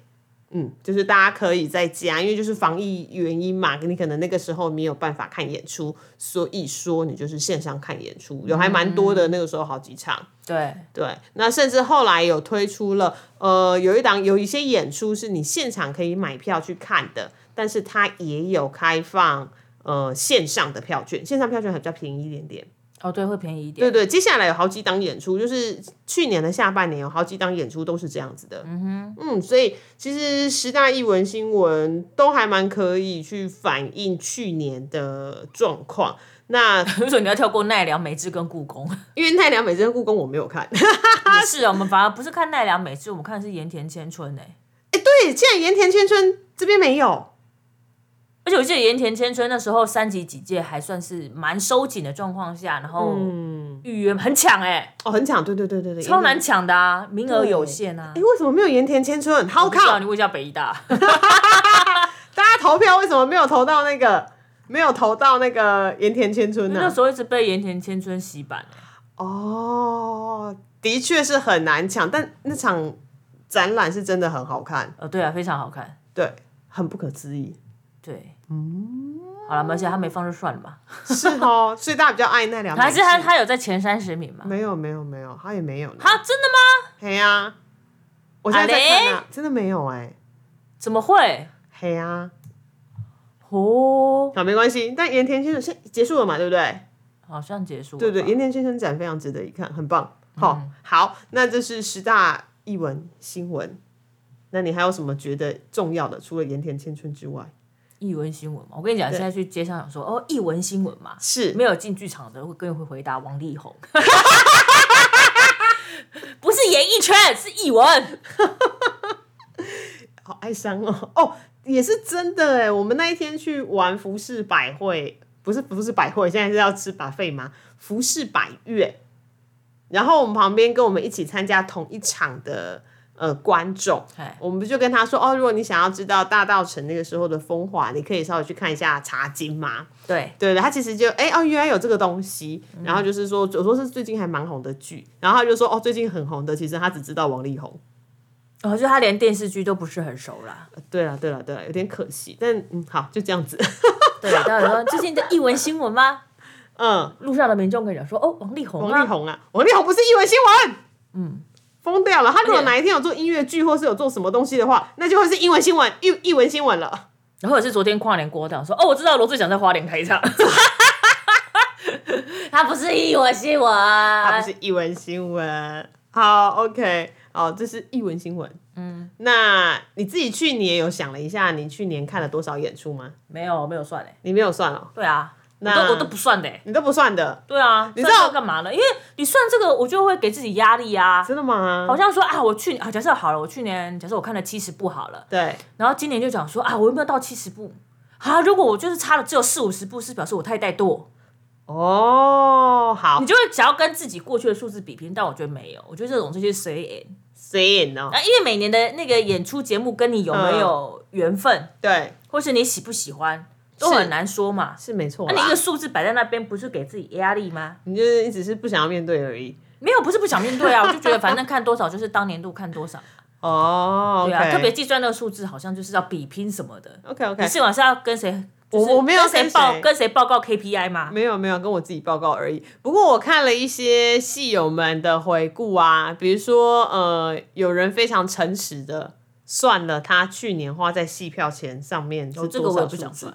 [SPEAKER 1] 嗯，就是大家可以在家，因为就是防疫原因嘛，你可能那个时候没有办法看演出，所以说你就是线上看演出，有还蛮多的，那个时候好几场。
[SPEAKER 2] 对，
[SPEAKER 1] 对，那甚至后来有推出了，呃，有一档有一些演出是你现场可以买票去看的，但是它也有开放呃线上的票券，线上票券还比较便宜一点点。
[SPEAKER 2] 哦，对，会便宜一点。
[SPEAKER 1] 对对，接下来有好几档演出，就是去年的下半年有好几档演出都是这样子的。嗯哼，嗯，所以其实十大译文新闻都还蛮可以去反映去年的状况。那 [LAUGHS]
[SPEAKER 2] 比如说你要跳过奈良美智跟故宫，
[SPEAKER 1] 因为奈良美智跟故宫我没有看， [LAUGHS]
[SPEAKER 2] 也是啊，我们反而不是看奈良美智，我们看的是盐田千春哎、
[SPEAKER 1] 对，竟然盐田千春这边没有。
[SPEAKER 2] 而且我记得盐田千春那时候三级警戒还算是蛮收紧的状况下，然后
[SPEAKER 1] 嗯
[SPEAKER 2] 预约很抢哎、
[SPEAKER 1] 哦，很抢，对对对对对，
[SPEAKER 2] 超难抢的啊，名额有限啊
[SPEAKER 1] 哎、。为什么没有盐田千春？好
[SPEAKER 2] 不知道
[SPEAKER 1] 靠
[SPEAKER 2] 你！问一下北医大，
[SPEAKER 1] 大家投票为什么没有投到那个？没有投到那个盐田千春呢、
[SPEAKER 2] 那时候一直被盐田千春洗版、哎
[SPEAKER 1] 哦，的确是很难抢，但那场展览是真的很好看，
[SPEAKER 2] 呃，对啊，非常好看，
[SPEAKER 1] 对，很不可思议，
[SPEAKER 2] 对，
[SPEAKER 1] 嗯
[SPEAKER 2] 好了，而且他没放就算了嘛，
[SPEAKER 1] 是哦， [LAUGHS] 所以大家比较爱那两。
[SPEAKER 2] 还是他他有在前三十名嘛？
[SPEAKER 1] 没有没有没有，他也没有呢。
[SPEAKER 2] 啊，真的吗？
[SPEAKER 1] 嘿呀、我现在在看
[SPEAKER 2] 啊
[SPEAKER 1] 啊，真的没有哎、
[SPEAKER 2] 怎么会？
[SPEAKER 1] 嘿呀、
[SPEAKER 2] 哦，
[SPEAKER 1] 好没关系。但盐田先生现结束了嘛，对不对？
[SPEAKER 2] 好像结束了。
[SPEAKER 1] 对对，，盐田先生展非常值得一看，很棒。
[SPEAKER 2] 嗯
[SPEAKER 1] 好、好，那这是十大译文新闻。那你还有什么觉得重要的？除了盐田千春之外，
[SPEAKER 2] 译文新闻嘛，我跟你讲，现在去街上想说哦，译文新闻嘛，
[SPEAKER 1] 是
[SPEAKER 2] 没有进剧场的会更会回答王力宏， [LAUGHS] 不是演艺圈，是译文。
[SPEAKER 1] 好哀伤哦。哦，也是真的哎。我们那一天去玩服饰百汇，不是服饰百汇，现在是要吃把费吗？服饰百月。然后我们旁边跟我们一起参加同一场的呃观众
[SPEAKER 2] 哎，
[SPEAKER 1] 我们不就跟他说哦，如果你想要知道大道城那个时候的风华，你可以稍微去看一下茶经吗？
[SPEAKER 2] 对，
[SPEAKER 1] 对对，他其实就哎、哦，原来有这个东西，然后就是说我说是最近还蛮红的剧，然后他就说哦，最近很红的，其实他只知道王力宏。
[SPEAKER 2] 然哦后就他连电视剧都不是很熟
[SPEAKER 1] [LAUGHS]
[SPEAKER 2] 啦。
[SPEAKER 1] 对了，对了，对了，有点可惜，但嗯，好，就这样子。 [LAUGHS]
[SPEAKER 2] 对，大家说最近的译文新闻吗？
[SPEAKER 1] 嗯，
[SPEAKER 2] 路上的民众跟你讲说哦，王力宏
[SPEAKER 1] 王
[SPEAKER 2] 啊
[SPEAKER 1] 力，宏啊，王力宏不是译文新闻，嗯，哎疯掉了。他如果哪一天有做音乐剧或是有做什么东西的话，那就会是英文新闻、译译文新闻了。
[SPEAKER 2] 然后也是昨天跨年国档说哦，我知道罗志祥在花莲开唱。 [LAUGHS] 他不是译文新闻，
[SPEAKER 1] 它不是译文新闻。好，OK，好，这是译文新闻。嗯，那你自己去年有想了一下，你去年看了多少演出吗？
[SPEAKER 2] 没有没有算嘞。
[SPEAKER 1] 你没有算哦，
[SPEAKER 2] 对啊，我
[SPEAKER 1] 那
[SPEAKER 2] 都我都不算的欸。
[SPEAKER 1] 你都不算的，
[SPEAKER 2] 对啊，你
[SPEAKER 1] 知道
[SPEAKER 2] 干嘛呢？因为你算这个，我就会给自己压力啊。
[SPEAKER 1] 真的吗？
[SPEAKER 2] 好像说啊，我去啊，假设好了，我去年假设我看了七十部好了，
[SPEAKER 1] 对，
[SPEAKER 2] 然后今年就讲说啊，我有没有到七十部？啊，如果我就是差了只有四五十部，是表示我太怠惰，
[SPEAKER 1] 哦，好
[SPEAKER 2] 你，就会想要跟自己过去的数字比拼，但我觉得没有，我觉得这种就是随缘
[SPEAKER 1] 谁演哦？
[SPEAKER 2] 啊，因为每年的那个演出节目跟你有没
[SPEAKER 1] 嗯
[SPEAKER 2] 有缘分，
[SPEAKER 1] 对，
[SPEAKER 2] 或是你喜不喜欢，都很难说嘛。
[SPEAKER 1] 是没错
[SPEAKER 2] 那
[SPEAKER 1] 啦。
[SPEAKER 2] 你一个数字摆在那边，不是给自己压力吗？
[SPEAKER 1] 你就是只是不想要面对而已。
[SPEAKER 2] 没有，不是不想面对啊，我就觉得反正看多少就是当年度看多少，
[SPEAKER 1] 哦，
[SPEAKER 2] 对啊，特别计算那个数字好像就是要比拼什么的，
[SPEAKER 1] OK
[SPEAKER 2] 你
[SPEAKER 1] OK，
[SPEAKER 2] 是往下要跟谁？就是
[SPEAKER 1] 我没有
[SPEAKER 2] 跟谁
[SPEAKER 1] 跟
[SPEAKER 2] 报
[SPEAKER 1] 谁
[SPEAKER 2] 跟谁报告 KPI 吗？
[SPEAKER 1] 没有没有跟我自己报告而已。不过我看了一些戏友们的回顾啊，比如说呃，有人非常诚实的算了他去年花在戏票钱上面是
[SPEAKER 2] 哦这个
[SPEAKER 1] 多
[SPEAKER 2] 我
[SPEAKER 1] 少
[SPEAKER 2] 也不
[SPEAKER 1] 数
[SPEAKER 2] 想
[SPEAKER 1] 字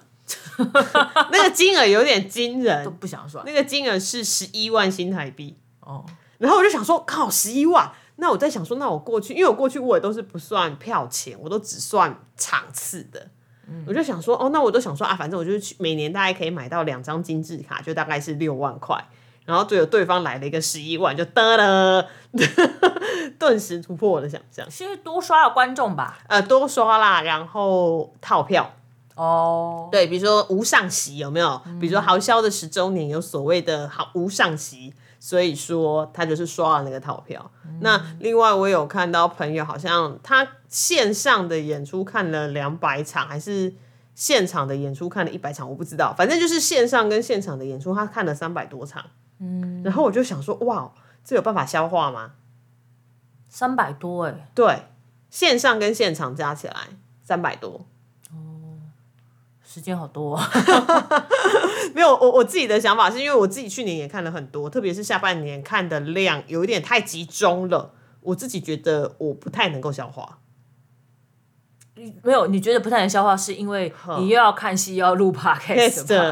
[SPEAKER 2] 算，， [LAUGHS]
[SPEAKER 1] 那个金额有点惊
[SPEAKER 2] 都
[SPEAKER 1] 人，
[SPEAKER 2] 不想算。
[SPEAKER 1] 那个金额是十一万新台币。
[SPEAKER 2] 哦，
[SPEAKER 1] 然后我就想说，靠，十一万。那我在想说，那我过去，因为我过去我也都是不算票钱，我都只算场次的。我就想说，哦，那我都想说啊，反正我就是去每年大概可以买到两张金质卡，就大概是六万块。然后队友对方来了一个十一万，就得了， [LAUGHS] 顿时突破我的想象。
[SPEAKER 2] 是因为多刷了观众吧？
[SPEAKER 1] 呃，多刷啦，然后套票，
[SPEAKER 2] 哦，
[SPEAKER 1] 对，比如说无上席有没有？比如说豪销的十周年有所谓的好无上席，所以说他就是刷了那个套票。那另外我有看到朋友好像他线上的演出看了两百场，还是现场的演出看了一百场，我不知道，反正就是线上跟现场的演出他看了三百多场。嗯，然后我就想说，哇，这有办法消化吗？
[SPEAKER 2] 三百多哎，
[SPEAKER 1] 对，线上跟现场加起来三百多，
[SPEAKER 2] 时间好多、哦。 [LAUGHS]
[SPEAKER 1] 没有，我我自己的想法是因为我自己去年也看了很多，特别是下半年看的量有一点太集中了，我自己觉得我不太能够消化。
[SPEAKER 2] 没有，你觉得不太能消化，是因为你又要看戏，又要录 podcast 吧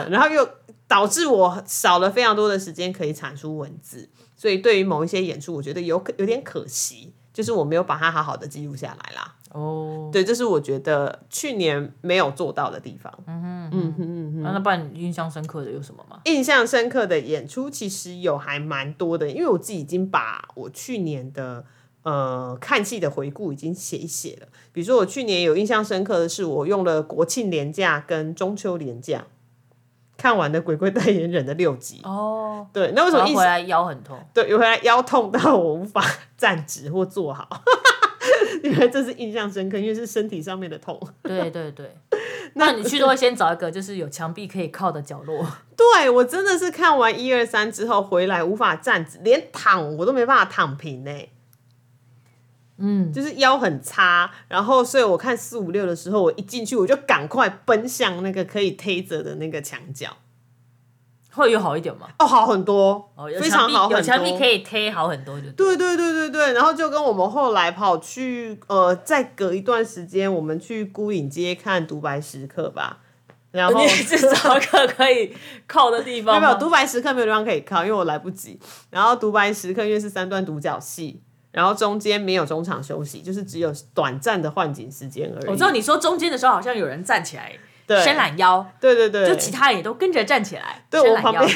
[SPEAKER 1] test，然后又导致我少了非常多的时间可以产出文字，所以对于某一些演出，我觉得有有点可惜，就是我没有把它好好的记录下来啦。
[SPEAKER 2] 哦，
[SPEAKER 1] 对，这是我觉得去年没有做到的地方。嗯
[SPEAKER 2] 那那不然你印象深刻的有什么吗？
[SPEAKER 1] 印象深刻的演出其实有还蛮多的，因为我自己已经把我去年的呃看戏的回顾已经写一写了。比如说我去年有印象深刻的是，我用了国庆连假跟中秋连假看完的《鬼鬼代言人》的六集。
[SPEAKER 2] 哦，
[SPEAKER 1] 对，那为什
[SPEAKER 2] 然
[SPEAKER 1] 么
[SPEAKER 2] 后
[SPEAKER 1] 印
[SPEAKER 2] 回来腰
[SPEAKER 1] [LAUGHS]
[SPEAKER 2] 很痛，
[SPEAKER 1] 对，有回来腰痛到我无法 [LAUGHS] 站直或坐好， [LAUGHS] 因为这是印象深刻，因为是身体上面的痛。
[SPEAKER 2] 对对对。那你去都会先找一个就是有墙壁可以靠的角落， [LAUGHS]
[SPEAKER 1] 对我真的是看完一二三之后回来无法站直，连躺我都没办法躺平呢、
[SPEAKER 2] 嗯，
[SPEAKER 1] 就是腰很差，然后所以我看四五六的时候，我一进去我就赶快奔向那个可以贴着的那个墙角，
[SPEAKER 2] 会有好一点吗？
[SPEAKER 1] 哦，好很多，
[SPEAKER 2] 哦，有
[SPEAKER 1] 非
[SPEAKER 2] 墙
[SPEAKER 1] 常
[SPEAKER 2] 壁
[SPEAKER 1] 好很多，
[SPEAKER 2] 有墙壁可以贴好很多就对。
[SPEAKER 1] 对对对对对，然后就跟我们后来跑去呃，再隔一段时间，我们去孤岭街看独白时刻吧。然后
[SPEAKER 2] 你 [LAUGHS] 是找一个可以靠的地方
[SPEAKER 1] 没
[SPEAKER 2] 吗
[SPEAKER 1] 有独白时刻没有地方可以靠，因为我来不及。然后独白时刻因为是三段独角戏，然后中间没有中场休息，就是只有短暂的换景时间而已。
[SPEAKER 2] 我知道你说中间的时候，好像有人站起来
[SPEAKER 1] 对
[SPEAKER 2] 伸懒腰，
[SPEAKER 1] 对对对，
[SPEAKER 2] 就其他人也都跟着站起来
[SPEAKER 1] 对
[SPEAKER 2] 伸
[SPEAKER 1] 我
[SPEAKER 2] 懒
[SPEAKER 1] 旁
[SPEAKER 2] 腰
[SPEAKER 1] 边。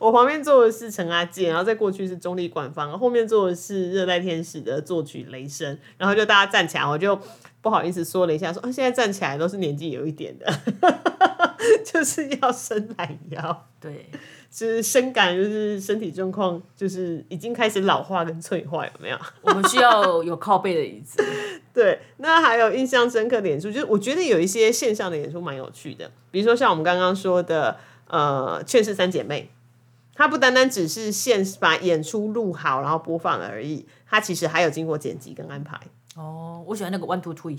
[SPEAKER 1] 我旁边坐的是陈阿健，然后再过去是中立馆方，后面坐的是热带天使的作曲雷声，然后就大家站起来，我就不好意思说了一下，说啊，现在站起来都是年纪有一点的， [LAUGHS] 就是要伸懒腰，
[SPEAKER 2] 对，
[SPEAKER 1] 就是深感就是身体状况就是已经开始老化跟脆化，有没有？
[SPEAKER 2] 我们需要有靠背的椅子。
[SPEAKER 1] 对，那还有印象深刻的演出，就是我觉得有一些线上的演出蛮有趣的，比如说像我们刚刚说的，呃，《劝世三姐妹》，它不单单只是现把演出录好然后播放而已，它其实还有经过剪辑跟安排，
[SPEAKER 2] 哦，我喜欢那个 one two three，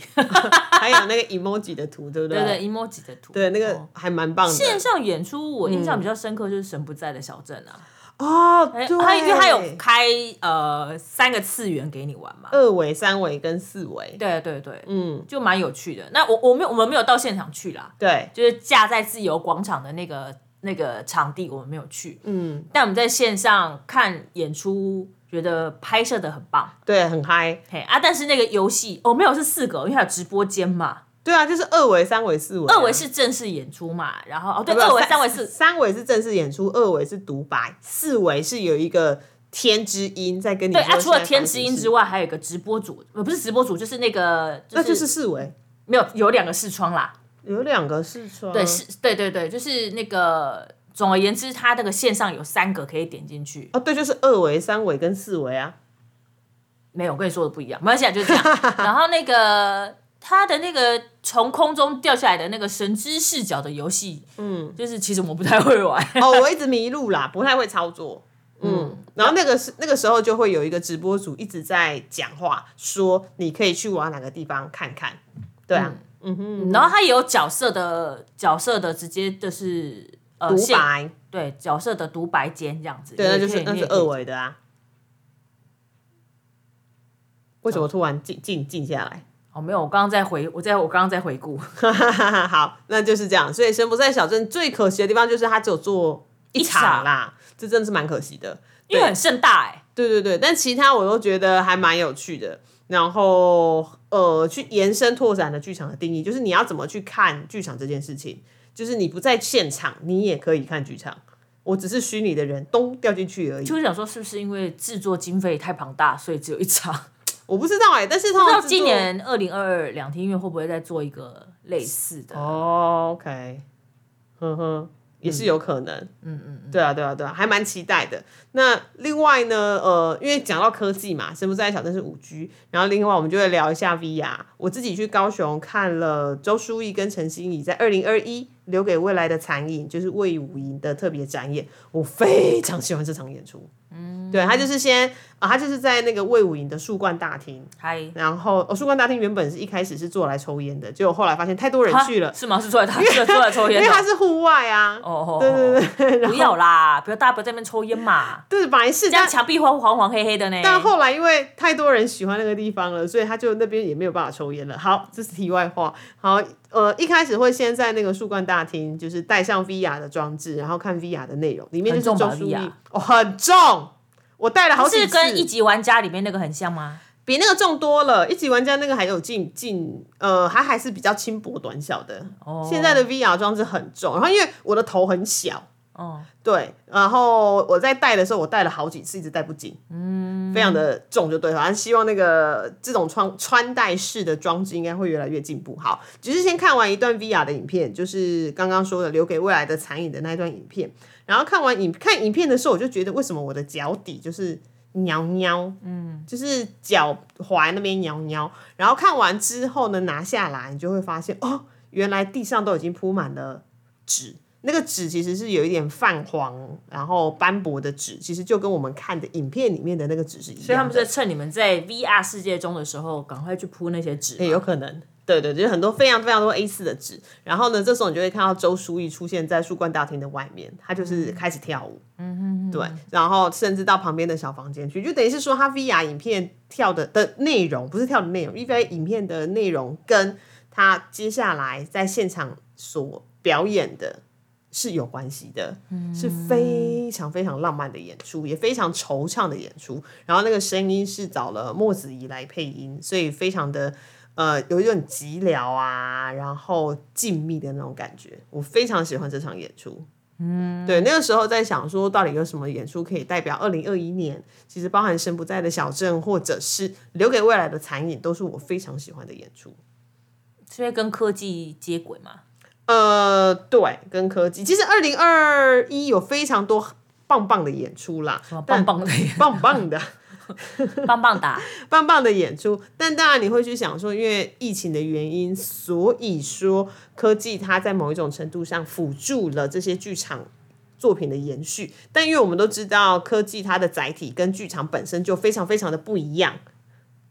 [SPEAKER 1] 还有那个 emoji 的图，对不
[SPEAKER 2] 对
[SPEAKER 1] 对？
[SPEAKER 2] 对，emoji 嗯的图。
[SPEAKER 1] 对那个
[SPEAKER 2] 哦
[SPEAKER 1] 还蛮棒的。
[SPEAKER 2] 线上演出，我印象比较深刻就是《神不在的小镇》啊，
[SPEAKER 1] 哦，
[SPEAKER 2] 哎
[SPEAKER 1] 对，
[SPEAKER 2] 他因为他有开呃三个次元给你玩嘛。
[SPEAKER 1] 二维、三维跟四维，
[SPEAKER 2] 对对对，
[SPEAKER 1] 嗯，
[SPEAKER 2] 就蛮有趣的。那我我没有我们没有到现场去啦，
[SPEAKER 1] 对，
[SPEAKER 2] 就是架在自由广场的那个那个场地，我们没有去。
[SPEAKER 1] 嗯，
[SPEAKER 2] 但我们在线上看演出，觉得拍摄的很棒。
[SPEAKER 1] 对，很嗨。
[SPEAKER 2] 嘿啊，但是那个游戏哦，没有是四个，因为还有直播间嘛，
[SPEAKER 1] 对啊，就是二维、三维、四维啊。
[SPEAKER 2] 二维是正式演出嘛，然后哦对，
[SPEAKER 1] 不是啊
[SPEAKER 2] 二维、三维、四，
[SPEAKER 1] 三维是正式演出，二维是独白，四维是有一个天之音在跟你
[SPEAKER 2] 对
[SPEAKER 1] 说
[SPEAKER 2] 啊，除了天之
[SPEAKER 1] 之
[SPEAKER 2] 音之
[SPEAKER 1] 外，
[SPEAKER 2] 外，还有一个直播组，呃，不是直播组，就是那个，
[SPEAKER 1] 那
[SPEAKER 2] 就
[SPEAKER 1] 就是四维，
[SPEAKER 2] 没有有两个视窗啦，
[SPEAKER 1] 有两个啊视窗，
[SPEAKER 2] 对，是，对对对，就是那个。总而言之，它那个线上有三个可以点进去，
[SPEAKER 1] 哦，对，就是二维、三维跟四维啊，
[SPEAKER 2] 没有我跟你说的不一样，没关系啊，就
[SPEAKER 1] [LAUGHS]
[SPEAKER 2] 这样。然后那个它的那个从空中掉下来的那个神之视角的游戏，嗯，就是其实我不太会玩，
[SPEAKER 1] 哦，我一直迷路啦，不太会操作。嗯，然后那个是那个时候就会有一个直播主一直在讲话，说你可以去往哪个地方看看，对啊，
[SPEAKER 2] 嗯然后它也有角色的角色的直接就是呃
[SPEAKER 1] 独、
[SPEAKER 2] 现
[SPEAKER 1] 白，
[SPEAKER 2] 对角色的独白间这样子，
[SPEAKER 1] 对，那就
[SPEAKER 2] 你
[SPEAKER 1] 是
[SPEAKER 2] 也可
[SPEAKER 1] 那
[SPEAKER 2] 以
[SPEAKER 1] 是二。维的啊。为什么突然静静静下来？
[SPEAKER 2] 哦，没有，我刚刚在回，我在我刚刚在回顾
[SPEAKER 1] 好，那就是这样。所以神不在小镇最可惜的地方就是他只有做一场啦，这真的是蛮可惜的。
[SPEAKER 2] 因为很盛大哎、
[SPEAKER 1] 对对对，但其他我都觉得还蛮有趣的。然后呃，去延伸拓展了剧场的定义，就是你要怎么去看剧场这件事情。就是你不在现场，你也可以看剧场。我只是虚拟的人，咚掉进去而已。
[SPEAKER 2] 就是想说是不是因为制作经费太庞大，所以只有一场？
[SPEAKER 1] [LAUGHS] 我不知道哎、但是
[SPEAKER 2] 不
[SPEAKER 1] 通
[SPEAKER 2] 知
[SPEAKER 1] 常
[SPEAKER 2] 道
[SPEAKER 1] 制作
[SPEAKER 2] 今年二零二二两厅院会不会再做一个类似的？
[SPEAKER 1] 哦，OK，呵呵，也是有可能，嗯嗯，对啊，对啊，对啊，还蛮期待的。那另外呢，呃，因为讲到科技嘛，神不在小镇是五 G，然后另外我们就会聊一下 VR。我自己去高雄看了周书义跟陈欣怡在二零二一留给未来的残影，就是魏武营的特别展演，我非常喜欢这场演出。嗯，对他就是先啊，他就是在那个魏武营的树冠大厅，
[SPEAKER 2] 嗨，
[SPEAKER 1] 然后哦，树冠大厅原本是一开始是做来抽烟的，结果后来发现太多人去了，
[SPEAKER 2] [LAUGHS] 是吗？是出来打，是出来抽
[SPEAKER 1] 因
[SPEAKER 2] 烟
[SPEAKER 1] 为
[SPEAKER 2] 的。
[SPEAKER 1] 它是户外啊，
[SPEAKER 2] 哦，
[SPEAKER 1] 对对对，
[SPEAKER 2] 对，不要啦，不要大家不要在那边抽烟嘛，
[SPEAKER 1] 对，本来是
[SPEAKER 2] 这样
[SPEAKER 1] 但
[SPEAKER 2] 墙壁黄黄黄黑黑的呢。
[SPEAKER 1] 但后来因为太多人喜欢那个地方了，所以他就那边也没有办法抽烟了。好，这是题外话。好，呃，一开始会先在那个树冠大厅，就是带上 VR 的装置，然后看 VR 的内容，里面就是
[SPEAKER 2] 很重
[SPEAKER 1] 周
[SPEAKER 2] 吧
[SPEAKER 1] 书
[SPEAKER 2] VR
[SPEAKER 1] 义，哦，很重，我带了好
[SPEAKER 2] 不
[SPEAKER 1] 几
[SPEAKER 2] 是
[SPEAKER 1] 次，
[SPEAKER 2] 跟一级玩家里面那个很像吗？
[SPEAKER 1] 比那个重多了。一级玩家那个还有进进，呃，还还是比较轻薄短小的。
[SPEAKER 2] 哦
[SPEAKER 1] 现在的 VR 装置很重，然后因为我的头很小，
[SPEAKER 2] 哦，
[SPEAKER 1] 对，然后我在戴的时候，我戴了好几次，一直戴不紧，嗯，非常的重，就对了。反正希望那个这种穿穿戴式的装置应该会越来越进步。好，只是先看完一段 VR 的影片，就是刚刚说的留给未来的残影的那一段影片。然后看完影看影片的时候，我就觉得为什么我的脚底就是喵喵，嗯，就是脚踝那边喵喵。然后看完之后呢，拿下来你就会发现，哦，原来地上都已经铺满了纸。那个纸其实是有一点泛黄，然后斑驳的纸，其实就跟我们看的影片里面的那个纸是一样的。
[SPEAKER 2] 所以他们是在趁你们在 VR 世界中的时候，赶快去铺那些纸嘛。
[SPEAKER 1] 也哎有可能。对对，就是很多非常非常多 A 四的纸，然后呢，这时候你就会看到周书逸出现在树冠大厅的外面，他就是开始跳舞，嗯嗯，对，然后甚至到旁边的小房间去，就等于是说他 VR 影片跳的的内容，不是跳的内容，VR 影片的内容跟他接下来在现场所表演的是有关系的，是非常非常浪漫的演出，也非常惆怅的演出。然后那个声音是找了莫子仪来配音，所以非常的呃有一种寂寥啊，然后静谧的那种感觉。我非常喜欢这场演出。嗯，对，那个时候在想说，到底有什么演出可以代表二零二一年？其实包含《神不在的小镇》，或者是留给未来的残影，都是我非常喜欢的演出。
[SPEAKER 2] 所以跟科技接轨嘛。
[SPEAKER 1] 呃，对，跟科技，其实二零二一有非常多棒棒的演出啦，
[SPEAKER 2] 什么
[SPEAKER 1] 但
[SPEAKER 2] 哦棒
[SPEAKER 1] [LAUGHS]
[SPEAKER 2] 棒的，
[SPEAKER 1] 棒棒的
[SPEAKER 2] 棒棒哒，
[SPEAKER 1] 棒棒的演出，但当然你会去想说，因为疫情的原因，所以说科技它在某一种程度上辅助了这些剧场。作品的延续，但因为我们都知道，科技它的载体跟剧场本身就非常非常的不一样，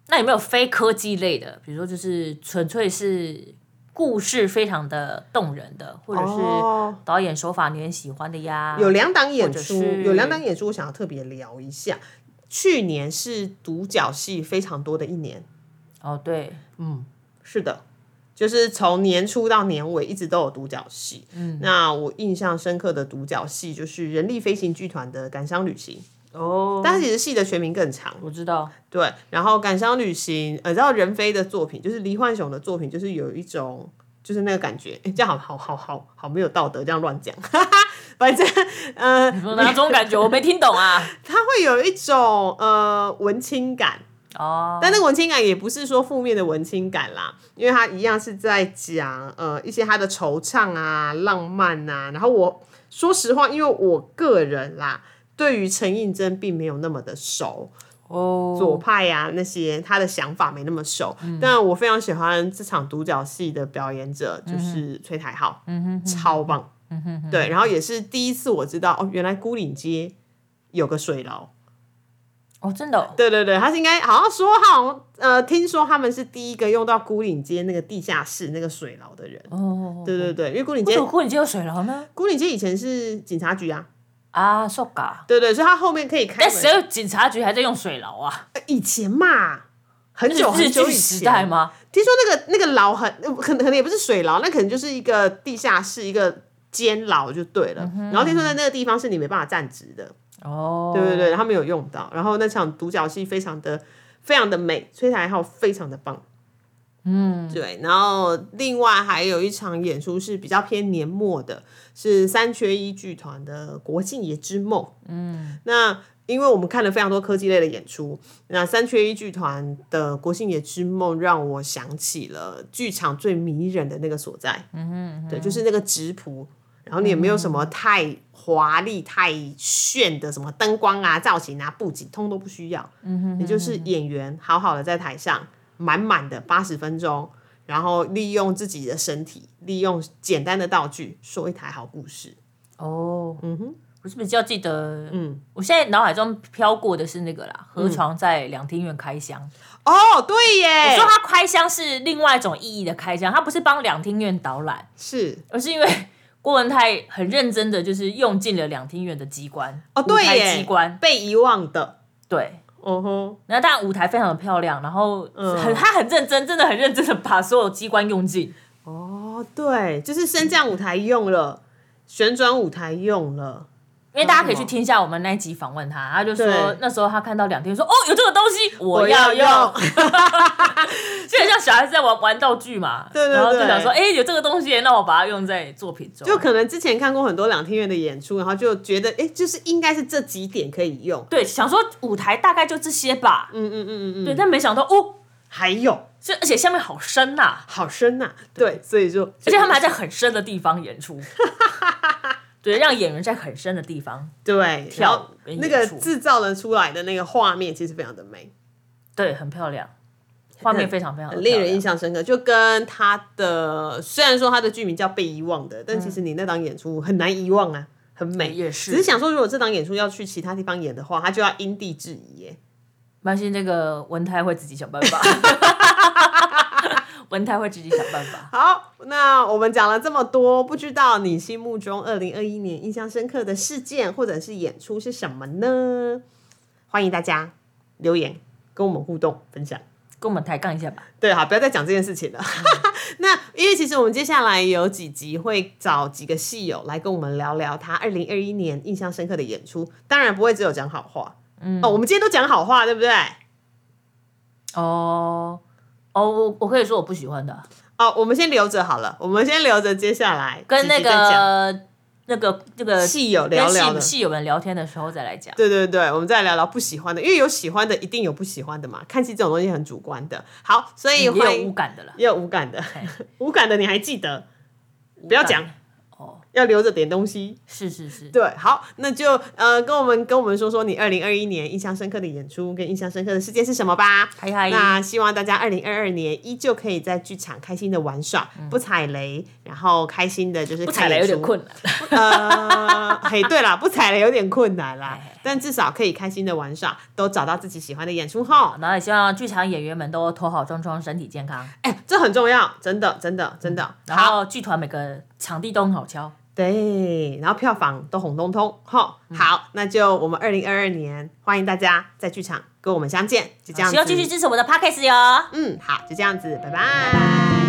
[SPEAKER 2] 那有没有非科技类的？比如说，就是纯粹是故事非常的动人的，或者
[SPEAKER 1] 哦
[SPEAKER 2] 是导演手法你很喜欢的呀？
[SPEAKER 1] 有呃两档演
[SPEAKER 2] 者
[SPEAKER 1] 出，
[SPEAKER 2] 是
[SPEAKER 1] 有两档演出，我想要特别聊一下。去年是独角戏非常多的一年，
[SPEAKER 2] 哦，对，
[SPEAKER 1] 嗯是的，就是从年初到年尾一直都有独角戏。嗯，那我印象深刻的独角戏就是人力飞行剧团的《感伤旅行》，
[SPEAKER 2] 哦，
[SPEAKER 1] 但它其实戏的全名更长。
[SPEAKER 2] 我知道，
[SPEAKER 1] 对，然后《感伤旅行》，呃，然后人飞的作品就是黎焕雄的作品，就是有一种就是那个感觉，诶这样好好好好好没有道德，这样乱讲。 [LAUGHS] 反正呃，
[SPEAKER 2] 有哪种感觉？我没听懂
[SPEAKER 1] [LAUGHS]
[SPEAKER 2] 啊。
[SPEAKER 1] 它会有一种呃文青感，
[SPEAKER 2] 哦，
[SPEAKER 1] 但那个文青感也不是说负面的文青感啦，因为它一样是在讲呃一些他的惆怅啊、浪漫啊。然后我说实话，因为我个人啦，对于陈映真并没有那么的熟，
[SPEAKER 2] 哦，
[SPEAKER 1] 左派呀、那些他的想法没那么熟，但我非常喜欢这场独角戏的表演者就是崔台浩，超棒，对，然后也是第一次我知道哦，原来孤岭街有个水牢。
[SPEAKER 2] 哦，真的哦，
[SPEAKER 1] 对对对，他是应该好像说好像呃，听说他们是第一个用到孤岭街那个地下室那个水牢的人。
[SPEAKER 2] 哦，
[SPEAKER 1] 对对对，因为孤岭
[SPEAKER 2] 为
[SPEAKER 1] 街
[SPEAKER 2] 什么过年就有水牢呢？
[SPEAKER 1] 孤岭街以前是警察局啊，
[SPEAKER 2] 啊，so ga。
[SPEAKER 1] 对对，所以他后面可以开
[SPEAKER 2] 但
[SPEAKER 1] 门。
[SPEAKER 2] 谁有警察局还在用水牢啊？
[SPEAKER 1] 呃以前嘛，很久
[SPEAKER 2] 是日
[SPEAKER 1] 很久
[SPEAKER 2] 据
[SPEAKER 1] 以
[SPEAKER 2] 时代
[SPEAKER 1] 前，
[SPEAKER 2] 吗？
[SPEAKER 1] 听说那个那个牢很呃可能可能也不是水牢，那可能就是一个地下室一个监牢就对
[SPEAKER 2] 嗯
[SPEAKER 1] 了。然后听说在那个地方是你没办法站直的。
[SPEAKER 2] 哦，
[SPEAKER 1] 对对对，他们有用到。然后那场独角戏非常的非常的美，崔台浩非常的棒。嗯，对。然后另外还有一场演出是比较偏年末的，是三缺一剧团的《国庆爷之梦》。嗯，那。因为我们看了非常多科技类的演出，那三缺一剧团的《国庆爷之梦》让我想起了剧场最迷人的那个所在。对，就是那个直朴，然后你也没有什么太华丽、太炫的什么灯光啊、造型啊、布景，通都不需要。嗯哼，你就是演员好好的在台上，满满的八十分钟，然后利用自己的身体，利用简单的道具，说一台好故事。
[SPEAKER 2] 哦，嗯哼，我我是比较记得，
[SPEAKER 1] 嗯
[SPEAKER 2] 嗯，我现在脑海中飘过的是那个啦，河床在两厅院开箱。
[SPEAKER 1] 哦，对耶，
[SPEAKER 2] 你说他开箱是另外一种意义的开箱，他不是帮两厅院导览，
[SPEAKER 1] 是
[SPEAKER 2] 而是因为郭文泰很认真的就是用尽了两厅院的机关，
[SPEAKER 1] 哦，对
[SPEAKER 2] 舞台
[SPEAKER 1] 耶，
[SPEAKER 2] 机关，
[SPEAKER 1] 被遗忘的，
[SPEAKER 2] 对。
[SPEAKER 1] 哦吼，
[SPEAKER 2] 那当然舞台非常的漂亮，然后
[SPEAKER 1] 嗯
[SPEAKER 2] 很、他很认真，真的很认真的把所有机关用尽。
[SPEAKER 1] 哦，对，就是升降舞台用了，旋转舞台用了，
[SPEAKER 2] 因为大家可
[SPEAKER 1] 为
[SPEAKER 2] 以
[SPEAKER 1] 什
[SPEAKER 2] 去
[SPEAKER 1] 么
[SPEAKER 2] 听一下我们那一集访问他，他就说
[SPEAKER 1] 对
[SPEAKER 2] 那时候他看到两厅说哦有这个东西我要用，
[SPEAKER 1] [LAUGHS]
[SPEAKER 2] 就很像小孩子在玩玩道具嘛，
[SPEAKER 1] 对对
[SPEAKER 2] 然后就
[SPEAKER 1] 对
[SPEAKER 2] 想说哎、有这个东西，那我把它用在作品中，
[SPEAKER 1] 就可能之前看过很多两厅院的演出，然后就觉得，哎、就是应该是这几点可以用，
[SPEAKER 2] 对想说舞台大概就这些吧，
[SPEAKER 1] 嗯嗯嗯嗯嗯，
[SPEAKER 2] 对，但没想到哦，
[SPEAKER 1] 还有
[SPEAKER 2] 这而且下面好深呐、
[SPEAKER 1] [LAUGHS] 好深呐、对，所以就，
[SPEAKER 2] 而且他们还在很深的地方演
[SPEAKER 1] [LAUGHS]
[SPEAKER 2] 出，对，让演员在很深的地方，
[SPEAKER 1] 对，然后
[SPEAKER 2] 跳跟演
[SPEAKER 1] 那个
[SPEAKER 2] 出
[SPEAKER 1] 制造了出来的那个画面，其实非常的美。
[SPEAKER 2] 对，很漂亮，画面非常非常
[SPEAKER 1] 很令人印
[SPEAKER 2] 象，
[SPEAKER 1] 象深刻，就跟他的虽然说他的剧名叫《被遗忘的》，但其实你那档演出很难遗忘啊，很美。
[SPEAKER 2] 嗯也是
[SPEAKER 1] 只是想说，如果这档演出要去其他地方演的话，他就要因地制宜耶。
[SPEAKER 2] 没关系，那个文泰会自己想办法。 [LAUGHS] 文泰会自己想办法。
[SPEAKER 1] 好，那我们讲了这么多，不知道你心目中二零二一年印象深刻的事件或者是演出是什么呢？欢迎大家留言跟我们互动分享。
[SPEAKER 2] 跟我们抬杠一下吧。
[SPEAKER 1] 对，好，不要再讲这件事情了。 [LAUGHS] 那因为其实我们接下来有几集会找几个戏友来跟我们聊聊他二零二一年印象深刻的演出，当然不会只有讲好话。嗯，哦，我们今天都讲好话，对不对？
[SPEAKER 2] 哦哦，我我可以说我不喜欢的，
[SPEAKER 1] 哦，我们先留着好了，我们先留着，接下来
[SPEAKER 2] 跟
[SPEAKER 1] 几集
[SPEAKER 2] 那
[SPEAKER 1] 再讲
[SPEAKER 2] 个那个那个
[SPEAKER 1] 戏友聊聊的
[SPEAKER 2] 跟戏戏友们聊天的时候再来讲。
[SPEAKER 1] 对对对，我们再聊聊不喜欢的，因为有喜欢的，一定有不喜欢的嘛。看戏这种东西很主观的。好，所以
[SPEAKER 2] 嗯也
[SPEAKER 1] 欢
[SPEAKER 2] 有
[SPEAKER 1] 迎
[SPEAKER 2] 无感的了，
[SPEAKER 1] 也有无感的， [LAUGHS] 无感的你还记得？不要讲
[SPEAKER 2] 无感哦，
[SPEAKER 1] 要留着点东西。
[SPEAKER 2] 是是是，
[SPEAKER 1] 对，好，那就呃，跟我们跟我们说说你二零二一年印象深刻的演出跟印象深刻的事件是什么吧。
[SPEAKER 2] 嗨嗨，
[SPEAKER 1] 那希望大家二零二二年依旧可以在剧场开心的玩耍，不踩雷，然后开心的就是
[SPEAKER 2] 嗯不
[SPEAKER 1] 看
[SPEAKER 2] 踩雷
[SPEAKER 1] 演
[SPEAKER 2] 有点
[SPEAKER 1] 出。 [LAUGHS]
[SPEAKER 2] 困难。 [LAUGHS]
[SPEAKER 1] 呃，嘿，对啦，不踩雷有点困难啦
[SPEAKER 2] 哎，
[SPEAKER 1] 但至少可以开心的玩耍，都找到自己喜欢的演出后。
[SPEAKER 2] 然后也希望剧场演员们都头好壮壮，身体健康。
[SPEAKER 1] 哎，这很重要，真的，真的，真的。
[SPEAKER 2] 然
[SPEAKER 1] 好，
[SPEAKER 2] 后剧团每个场地都很好敲，
[SPEAKER 1] 对，然后票房都红彤彤，哈、好，那就我们二零二二年，欢迎大家在剧场跟我们相见，就这样
[SPEAKER 2] 希
[SPEAKER 1] 子
[SPEAKER 2] 望，继续支持我们的 podcast 哟。
[SPEAKER 1] 嗯，好，就这样子，拜拜